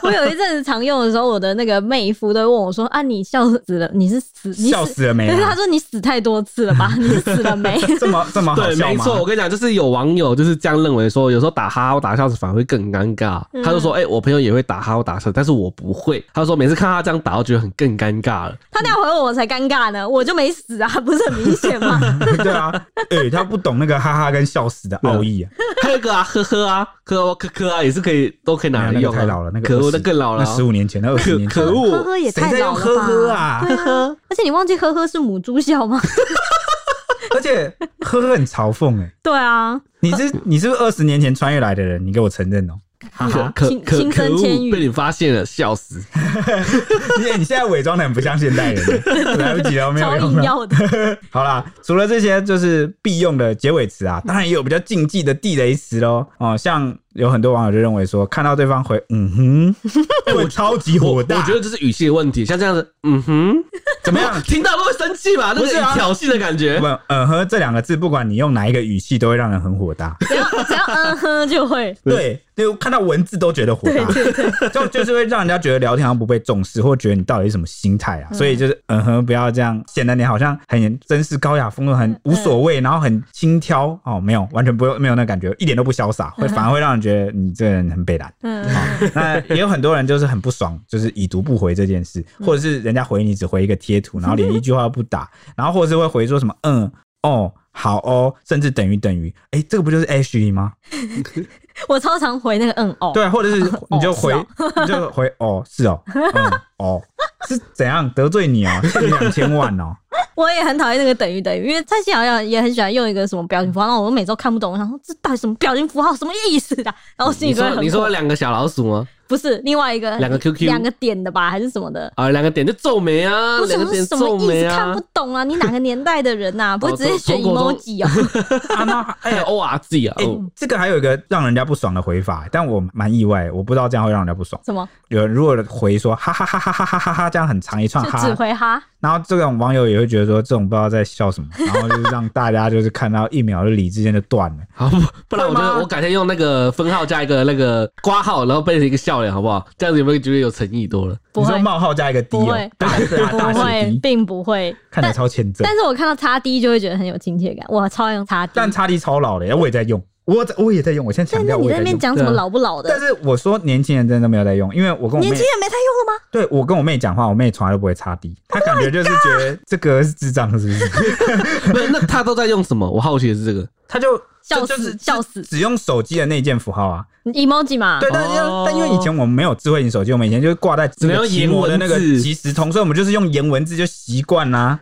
我有一阵子常用的时候，我的那个妹夫都会问我说：“啊，你笑死了，你是死你
笑
死？”
死了没、
但是他
啊？
说：“你死太多次了 吧？你是死了没？”
这么这么好
对，
笑
没
吗？
错，我跟你讲，就是有网友就是这样认为说，有时候打哈哈或打笑死反而会更尴尬。
嗯
他就说，哎、我朋友也会打哈哈或打笑，但是我不会。他说每次看他这样打，我觉得很更尴 尬了。
他那样回我，我才尴尬呢。我就没死啊，不是很明显 吗？
对啊，哎、他不懂那个哈哈跟笑死的奥义啊。
还有一个啊，呵呵啊，呵科科啊，也是可以都可以拿来
没哎有那
用、
个
啊。
太老了，那个
可恶，
20
那更老了
那
啊、
十五年前，那二十
可
年前，啊
可
呵
恶，
呵也
谁
太
在
老
用
了吧？
呵呵啊？
对啊，而且你忘记呵呵是母猪笑吗？
而且呵呵很嘲讽哎、
对啊，
你是你是不是二十年前穿越来的人？你给我承认哦、
可可可
轻
可
轻
可
声
恶
千，
被
语，
你发现了，笑死！
你你现在伪装的很不像现代人了，来不及了，没有
超
用啊
硬
了。
要的。
好啦，除了这些就是必用的结尾词啊，
嗯
当然也有比较禁忌的地雷词喽。哦，像有很多网友就认为说，看到对方回嗯哼，我超级
我
火
我
大，
觉得这是语气的问题，像这样子，嗯哼，
怎么样？
听到都会生气吧？那
不
个
是啊
挑衅的感觉
不，，嗯哼这两个字，不管你用哪一个语气，都会让人很火大。
只要只要嗯哼就会。
对，就看到文字都觉得火大， 就就是会让人家觉得聊天好像不被重视，或觉得你到底是什么心态啊？所以就是嗯哼，不要这样，显得你好像很绅士高雅风度，很无所谓，然后很轻佻哦，没有，完全不没有那感觉，一点都不潇洒，会反而会让人觉得你这个人很北 蓝。
嗯，
那也有很多人就是很不爽，就是已读不回这件事，或者是人家回你只回一个贴图，然后连一句话都不 打，然后或者是会回说什么嗯哦好哦，甚至等于等于，哎、这个不就是 H 吗？
我超常回那个嗯哦，
对，或者是你就回、
哦
你就回哦是哦嗯哦是怎样得罪你哦，欠你两千万哦，
我也很讨厌那个等于等于，因为蔡幸好像也很喜欢用一个什么表情符号，然后我每次都看不懂，我想说这到底什么表情符号，什么意思啊？然后我心
你
里就会很
说
火
你说两个小老鼠吗？
不是另外一个
两个 QQ
两个点的吧，还是什么的？
啊，两个点就皱眉啊，
我
两
想
个
说
点
什么
皱
意
眉
思？看
啊
不，懂啊！你哪个年代的人啊呐、不会直接选
从国中
emoji 哦？
啊那哎
还有 O R G 啊
哎、，这个还有一个让人家不爽的回法，但我蛮意外，我不知道这样会让人家不爽。
什么？
有人如果回说哈哈哈哈哈哈哈哈，这样很长一串
就
哈哈
只回哈，
然后这种网友也会觉得说，这种不知道在笑什么，然后就是让大家就是看到一秒就理智间就断了。
好不不然我觉
会吗
得我改天用那个分号加一个那个挂号，然后变成一个笑脸，好不好？这样子有没有觉得有诚意多了？
不
你说
会，
冒号加一个 D，、
不
哦
会、
大大大
不
写
会
D，，
并不会。
看起来超欠揍
但。是我看到叉 D 就会觉得很有亲切感，我超爱用叉 D。
但叉 D 超老了，我也在用，我在我也在用，我现在
对
强
那
调
你
我
在
也
那
在
边
用。
讲什么老不老
但
的？
是我说年轻人真的没有在用，因为我跟我
年
妹
轻，人没 Oh 太用了吗？
对我跟我妹讲话，我妹从来都不会叉 D，她感觉就是觉得这个是智障是 不是？
不是，那他都在用什么？我好奇的是这个。
她就
笑
就就
死
是
笑死
只用手机的那件符号啊，
！emoji 嘛，
对，但是要、
哦
但因为以前我们没有智慧型手机，我们以前就是挂在只
能用
研
颜
的那个
文字
即时通，所以我们就是用颜文字就习惯啦。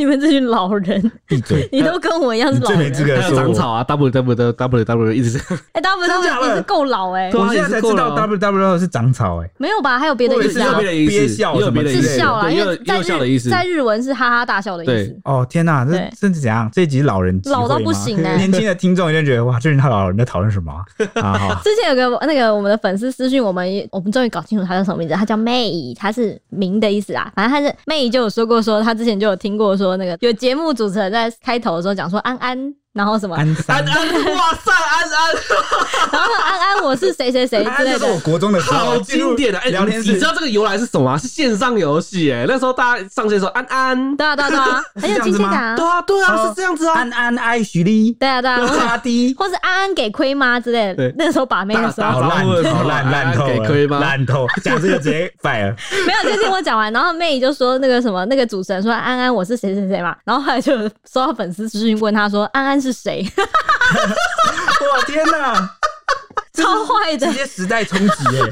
你们这群老人，
闭嘴，
你都跟我一样
你
是老
最没
人。
资格
还有
说
长
我。
草啊，W W W W W 一直这样。
哎，大部分都
真假的
一直够老哎，
对啊
我现在才知道 W W 是长草哎、
没有吧？还有别的
我
意
以为
思
是
啊
要？
别的意思，
憋笑
也有别的意
什
思，
么
是
之类的
笑啦，
对
因
也有
为
也
在
有笑的意
日
思。
在日文是哈哈大笑的意思
对。
哦天哪，这
对
这是怎样？这一集老人集会吗
老到不行欸
年轻的听众一定觉得哇，这群老人在讨论什么啊？啊 好，
之前有个那个我们的粉丝私讯我们，我们终于搞清楚他叫什么名字，他叫 May，他是名的意思啊。反正他是 May 就有说过说，他之前就有听过说那个有节目主持人在开头的时候讲说安安，然后什么，
安三
安，安， 哇塞，安 安，
然后安安我是谁谁谁
安
之类
啊就是
的
我。国中的时候
好经典的！哎，
进入聊天
你
室
知道这个由来是什么吗？是线上游戏哎，那时候大家上线的时候，安安，
对啊对啊对啊，很有亲切 感啊
对。啊对啊，
哦
是这样子啊
安。安爱徐 丽，
对啊对啊，
叉 D，
或是安安给亏吗之类的
对。
那时候把妹的时候
打
好烂，好烂，烂透
给
了，
亏吗
烂透，讲这个直接 fire。
没有，就听我讲完，然后妹就说那个什么那个主持人说安安我是谁谁谁嘛，然后后来就有收到粉丝私讯问他说安安是 谁，
哇天哪！
超坏的
直。接时代冲击 耶，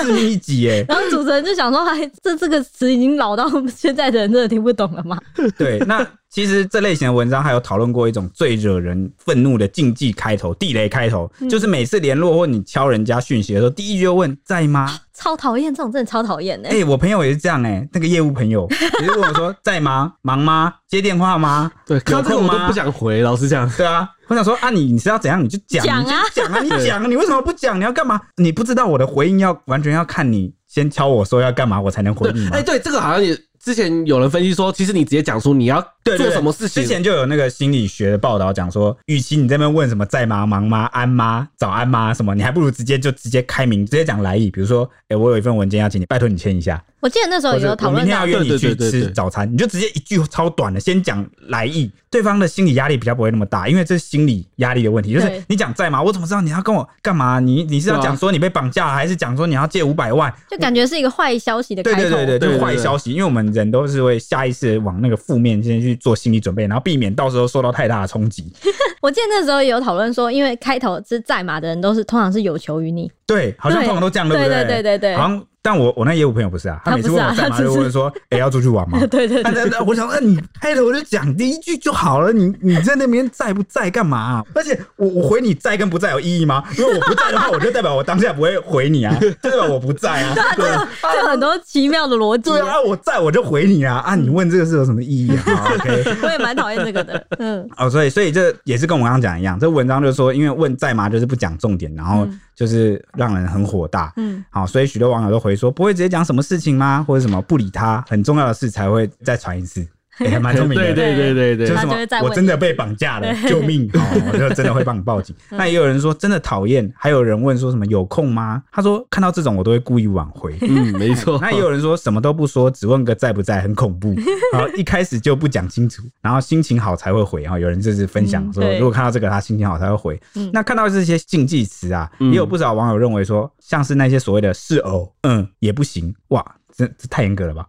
致命一击耶！
然后主持人就想说：“哎，这这个词已经老到现在的人真的听不懂了嘛
对，那其实这类型的文章还有讨论过一种最惹人愤怒的禁忌开头，地雷开头，就是每次联络或你敲人家讯息的时候，第一句就问在吗？？”
超讨厌这种，真的超讨厌哎
哎、！我朋友也是这样哎、那个业务朋友也是问我说在吗？忙吗？接电话吗？
对，看
有
到这个
空
我
吗？
都不想回，老实讲。
对啊，我想说啊你，你是要怎样你就讲，
讲
你就
啊
讲 啊，你讲啊，你为什么不讲？你要干嘛？你不知道我的回应要完全要看你先敲我说要干嘛，我才能回你吗？
哎，对，这个好像也之前有人分析说，其实你直接讲出你要
对对
做
对
什么事情
之，前就有那个心理学的报道讲说，与其你在那边问什么在吗、忙吗、安吗、早安吗什么，你还不如直接就直接开明，直接讲来意。比如说，哎、我有一份文件要请你，拜托你签一下，
我记得那时候哦
或
也有
者
讨
我明
论啊
天
到
要，约你
对
去
对对对
吃
对
早餐，你就直接一句超短的，先讲来意，对方的心理压力比较不会那么大，因为这是心理压力的问题，就
对
是你讲在吗？我怎么知道你要跟我干嘛？你你是要
对啊
讲说你被绑架了，还是讲说你要借五百万？
就感觉是一个坏消息的
对
开
对
头。
对对，
对
就
对
坏
对
消息，因为我们人都是会下意识地往那个负面先去做心理准备，然后避免到时候受到太大的冲击。
我记得那时候也有讨论说，因为开头是在嘛的人都是通常是有求于你，
对，好像
对
通常都这样，
对
不
对对对对
好像，但我我那业务朋友不是啊，
他
每次
不是
问
啊
我在
他
吗，
只
就是问 说，哎，要出去玩吗？
对 对
他
对，
在那，我想，那你开头就讲第一句就好了，你你在那边在不在干嘛、啊而且我我回你在跟不在有意义吗？因为我不在的话，我就代表我当下不会回你啊，就代表我不在啊。 对啊
就很多奇妙的逻辑
对。啊，我在我就回你啊啊！你问这个是有什么意义啊好？OK，
我也蛮讨厌这个的，嗯，
哦，所以所以这也是跟我刚刚讲的一样，这文章就是说，因为问在吗，就是不讲重点，然后就是让人很火大。
嗯，
好，所以许 多网友都回说，不会直接讲什么事情吗？或者什么不理他，很重要的事才会再传一次。也还蛮聪明的。
对对对对对
就
对
是什
他就
么
会再问
我真的被绑架了，救命！哦，我就真的会帮你报警。
嗯
那也有人说真的讨厌，还有人问说什么有空吗？他说看到这种我都会故意挽回。
嗯，没错。
那也有人说什么都不说，只问个在不在，很 恐怖。然后一开始就不讲清楚，然后心情好才会回。哦哈，有人就是分享说
嗯，对
如果看到这个，他心情好才会回
嗯。
那看到这些禁忌词啊，
嗯
也有不少网友认为说，像是那些所谓的是偶，嗯，也不行。哇，这这太严格了吧？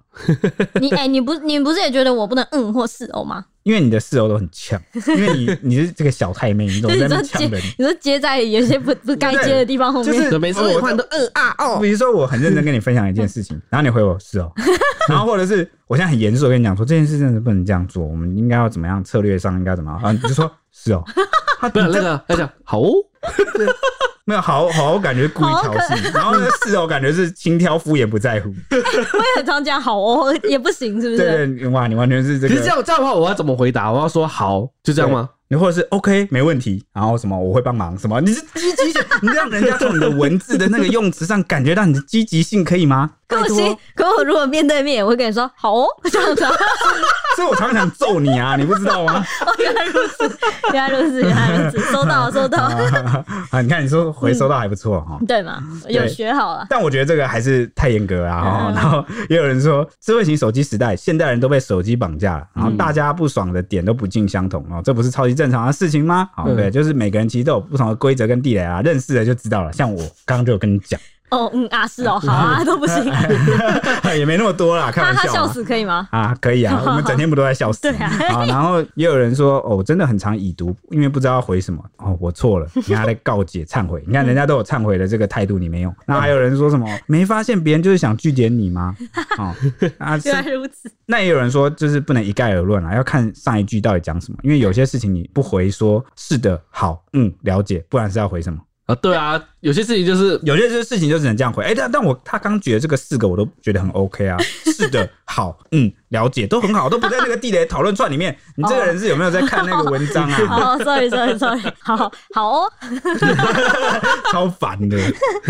你哎、你不你不是也觉得我不能嗯或是哦吗？
因为你的室友都很呛，因为你你是这个小太妹，你总
就是
在
你说
那边
接
呛人。
你说接在有些不不该接的地方后面，
就是
每次我换都嗯啊哦，
比如说，我很认真跟你分享一件事 情，然后你回我是哦，然后或者是我现在很严肃的跟你讲说这件事真的是不能这样做，我们应该要怎么样，策略上应该怎么样，啊，你就说是 哦，他
不是那个，他讲好哦，
没有好好，我感觉故意挑衅，然后呢是哦，感觉是轻佻敷衍不在 乎，
我也很常讲好哦， 也不行，是不
对
是？
对，哇，你完全是这
可是这
个，
样这样的话，我要怎么回答？我要说好，就这样吗？
你或者是 OK 没问题，然后什么我会帮忙什么，你是积极性，你让人家从你的文字的那个用词上感觉到你的积极性，可以吗？
可
拜托
惜，可我如果面对面，我会跟你说好哦， 这样子啊。
所以我常常想揍你啊，你不知道吗？
哦，原来如此，原来如此，原来如此，收到了，收到了，
啊，你看你说回收到还不错哈、
对嘛？
嗯
有学好了。
但我觉得这个还是太严格啦、哈
嗯
然后也有人说，智慧型手机时代，现代人都被手机绑架了，
嗯
然后大家不爽的点都不尽相同哦，这不是超级正常的事情吗？好、
嗯
对，就是每个人其实都有不同的规则跟地雷啊，认识了就知道了。像我刚刚就有跟你讲，
哦，嗯啊，是哦，好啊，都不行。
也没那么多啦，开
哈
玩
哈，
笑、
笑
啊。
死可以吗？
啊，可以啊，我们整天不都在笑死？
对啊
然后也有人说，哦，真的很常已读，因为不知道要回什么。哦，我错了，你看他在告解、忏悔，你看人家都有忏悔的这个态度，你没有。那还有人说什么，没发现别人就是想据点你吗？哦，啊，是
原来如此，
那也有人说，就是不能一概而论啊，要看上一句到底讲什么，因为有些事情你不回说是的、好、嗯、了解，不然是要回什么。
啊，对啊，有些事情就是
有些这事情就只能这样回。哎、但但我他刚举的这个四个我都觉得很 OK 啊， 是的，好，嗯，了解，都很好，都不在那个地雷讨论串里 面。你
哦
这个人是有没有在看那个文章啊？
好，sorry，sorry，sorry，好好哦，
超烦的。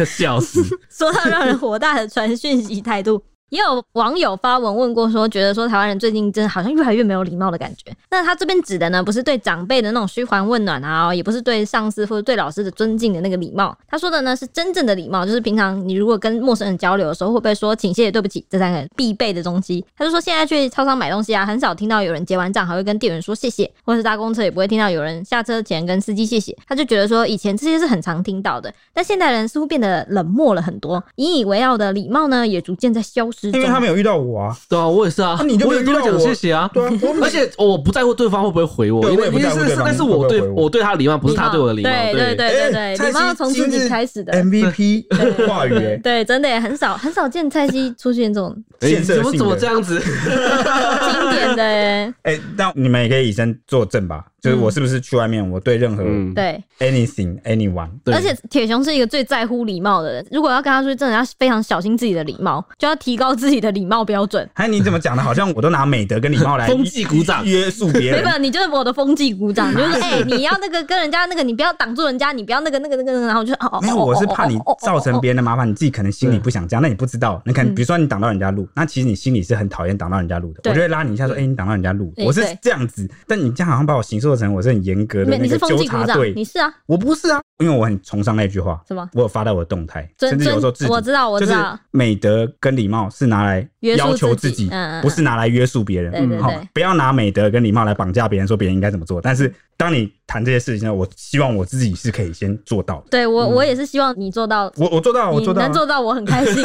笑死，
说到让人火大的传讯息态度， 也有网友发文问过说，觉得说台湾人最近真的好像越来越没有礼貌的感觉。那他这边指的呢，不是对长辈的那种嘘寒问暖啊，也不是对上司或者对老师的尊敬的那个礼貌。他说的呢是真正的礼貌，就是平常你如果跟陌生人交流的时候，会不会说请、谢谢、对不起这三个必备的东西？他就说现在去超商买东西啊，很少听到有人结完账还会跟店员说谢谢，或是搭公车也不会听到有人下车前跟司机谢谢。他就觉得说以前这些是很常听到的，但现代人似乎变得冷漠了很多，引以为傲的礼貌呢也逐渐在消失
因
中
为。他没有遇到我啊，
对啊，我也是啊，
啊你就
我
没有
也跟
遇
他
到
讲
我
谢谢啊，
对啊，我
而且我不在乎对方会不会回我，
对
因
我
为
也不
因为
在乎
是
对方
但是
会不
我
会
对
回我
我对他的礼貌不是他对我的礼貌，
对对对
对。
对
哎
对，礼貌从自
蔡
己
西哎
开始的。
MVP 话语、 欸，
对，真的也很少很少见蔡西出现这种
哎
建设
怎么
性
怎么
的
这 样子？
经典的耶，
哎、那你们也可以以身作证吧，就是
嗯
我是不是去外面，我对任何
嗯，
对。
anything anyone，
对
而且铁熊是一个最在乎礼貌的人，如果要跟他出去，真的要非常小心自己的礼貌，就要提高自己的礼貌标准。
哎，你怎么讲的？好像我都拿美德跟礼貌来
风纪鼓掌
约束别
没
人。啊
本，你就是我的风纪鼓掌，就是哎、你要那个跟人家那个，你不要挡住人家，你不要那个那个那个，那个然后就哦，哦
没有，我是怕你造成别人的麻烦，你自己可能心里不想这样，那你不知道，你可能
嗯
比如说你挡到人家路，那其实你心里是很讨厌挡到人家路的，
对
我就会拉你一下说，哎，你挡到人家路，
对
我是
对
这样子，但你这样好像把我形塑成我是很严格的
没，
那
你
个
是风
纠
纪鼓
察
掌，
队
你，是啊，
我不是啊，因为我很崇尚那句话，
什么？
我有发到我的动态，
尊
甚至有时候自
尊，嗯
己
我知道，我
就
知
是
道，
美德跟礼貌是拿来
约束
要求
自
自
己
己
嗯嗯嗯，
不是拿来约束别人。
对对
嗯好
对
不要拿美德跟礼貌来绑架别人，说别人应该怎么做。但是当你谈这些事情呢，我希望我自己是可以先做到的。
对我、我也是希望你做到，
我我做到了，我
你
做到
能
了。
做到，我很开心。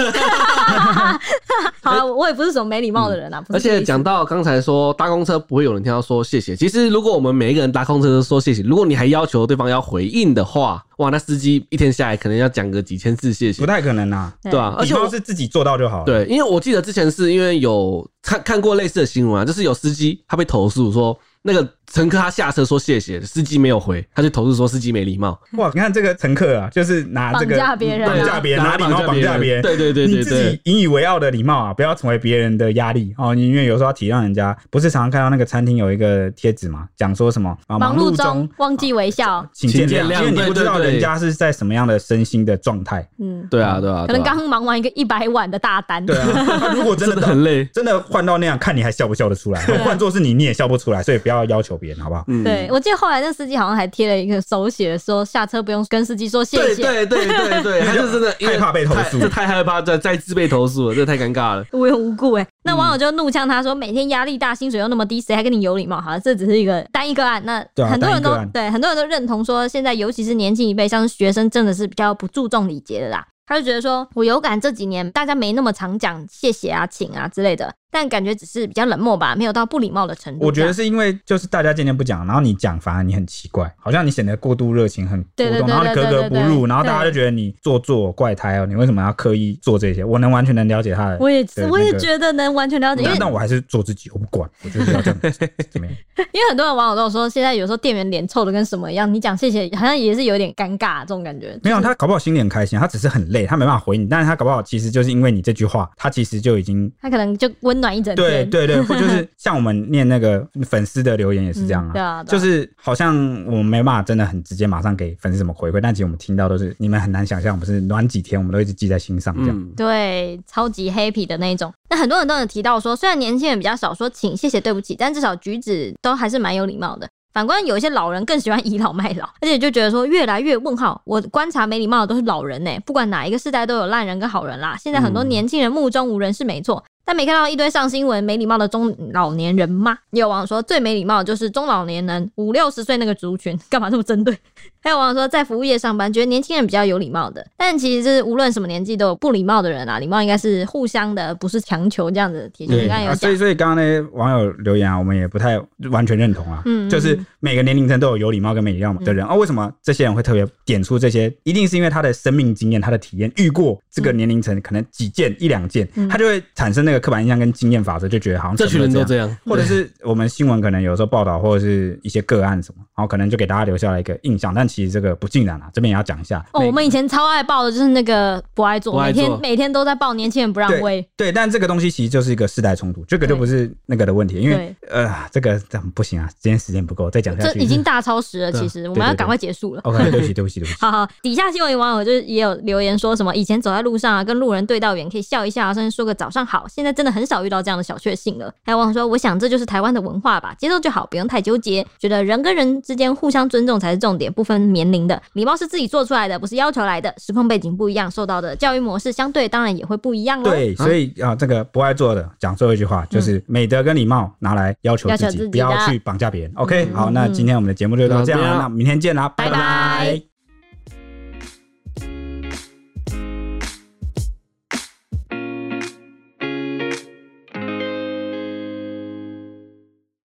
好啊，我也不是什么没礼貌的人啊，不
而
是这个意
且
思
讲到刚才说搭公车不会有人听到说谢谢，其实如果我们每一个人搭公车都说谢谢，如果你还要求对方要回应的话，哇，那司机一天下来可能要讲个几千次谢
不
谢，
太可能啊，
对吧、而
礼
且我
貌是自己做到就好了。
对，因为我记得之前是因为有看看过类似的新闻啊，就是有司机他被投诉说那个乘客他下车说谢谢，司机没有回，他就投诉说司机没礼貌，
哇，你看这个乘客啊，就是拿这个
绑架别人啊
绑架别人，拿礼貌绑架别人，
对对对
你
对
自己
对，
引以为傲的礼貌啊，不要成为别人的压力哦。你因为有时候要体谅人家，不是常常看到那个餐厅有一个贴纸嘛，讲说什么啊，
忙
忙
碌
中啊
中忘记微笑，
请
请
见
见谅
因为你不知道
对对对
人家是在什么样的身心的状态。
嗯，
对啊对啊，
可能
对啊
刚忙完一个一百碗的大单，
对啊，他如果真
真
的
的很累，
真的换到那样，看你还笑不笑得 出来？换做是你，你也笑不出来，所以不要要求别人，好不好？
嗯，
对我记得后来那司机好像还贴了一个手写，说下车不用跟司机说谢
对
谢。
对对对对，他就 真的因为
害怕被投
太
诉
这太害怕再再次被投诉了，这太尴尬了。
无缘无故哎、
嗯
那网友就怒呛他说：“每天压力大，薪水又那么低，谁还跟你有礼貌？”好，这只是一个单一个案。那
对啊
很多人都
单一个案
对很多人都认同说，现在尤其是年轻一辈，像是学生，真的是比较不注重礼节的啦。他就觉得说，我有感这几年大家没那么常讲谢谢啊、请啊之类的，但感觉只是比较冷漠吧，没有到不礼貌的程度。
我觉得是因为就是大家渐渐不讲，然后你讲反而你很奇怪，好像你显得过度热情、很
对对
波动，
对
然后你格格不
对对
入，
对
然后大家就觉得你做作怪胎哦，你为什么要刻意做这些？我能完全能了解他的，
我也
对
我也
那个
觉得能完全了解，因为
但但我还是做自己，我不管，我就是要这 样子怎么样？
因为很多人网友都有说，现在有时候店员脸臭的跟什么一样，你讲谢 谢好像也是有点尴尬这种感觉。
没有，他搞不好心里很开心，他只是很累，他没办法回你，但是他搞不好其实就是因为你这句话，他其实就已经
他可能就温暖一整
对
天。
对对，或就是像我们念那个粉丝的留言也是这样
嗯
啊，
对啊对啊
就是好像我们没办法真的很直接马上给粉丝什么回馈，但其实我们听到都是你们很难想象，我们是暖几天，我们都一直记在心上这样。
嗯，
对，超级 happy 的那一种。那很多人都有提到说，虽然年轻人比较少说请、谢谢、对不起，但至少举止都还是蛮有礼貌的。反观有一些老人更喜欢倚老卖老， 而且就觉得说越来越问号。我观察没礼貌的都是老人呢、欸不管哪一个世代都有烂人跟好人啦。现在很多
嗯
年轻人目中无人是没错，但没看到一堆上新闻没礼貌的中老年人吗？也有网友说最没礼貌的就是中老年人五六十岁那个族群， 干嘛这么针对？还有网友说，在服务业上班，觉得年轻人比较有礼貌的，但其实就是无论什么年纪都有不礼貌的人啊。礼貌应该是互相的，不是强求这样子的提醒。你刚刚有
啊所
讲
以，所以刚刚那些网友留言啊，我们也不太完全认同啊。
嗯嗯嗯
就是每个年龄层都有有礼貌跟没礼貌的人、啊。为什么这些人会特别点出这些？一定是因为他的生命经验、他的体验遇过这个年龄层可能几件一两件，
嗯
他就会产生那个刻板印象跟经验法则，就觉得好像
这群人
全
都
部
这样，
或者是我们新闻可能有时候报道或者是一些个案什么，然后可能就给大家留下了一个印象，但其实这个不尽然啊，这边也要讲一下。
哦，
每
我们以前超爱报的就是那个不爱做，
不
每
爱做
天每天都在报年轻人不让位。
对，但这个东西其实就是一个世代冲突，这个就
对
不是那个的问题，因为
对
呃，这个这样不行啊，今天时间不够，再讲下
这
去
已经大超时了，
对啊
其实我
对
们要
对
赶快结束了。
OK，对不起，对不起，对不起。
好好，底下新闻网友就是也有留言说什么，以前走在路上啊，跟路人对到眼可以笑一下啊，甚至说个早上好，现在真的很少遇到这样的小确幸了。还有网友说，我想这就是台湾的文化吧，接受就好，不用太纠结。觉得人跟人之间互相尊重才是重点，不分年龄的，礼貌是自己做出来的，不是要求来的。时空背景不一样，受到的教育模式相对当然也会不一样喽。
对，所以啊，这个不爱做的，讲最后一句话就是美德跟礼貌拿来要求
嗯要求
自
自己嗯
己，
的
不要去绑架别人。OK，好，那今天我们的节目就到这样
嗯
了，
嗯
那明天见啦，
拜拜
拜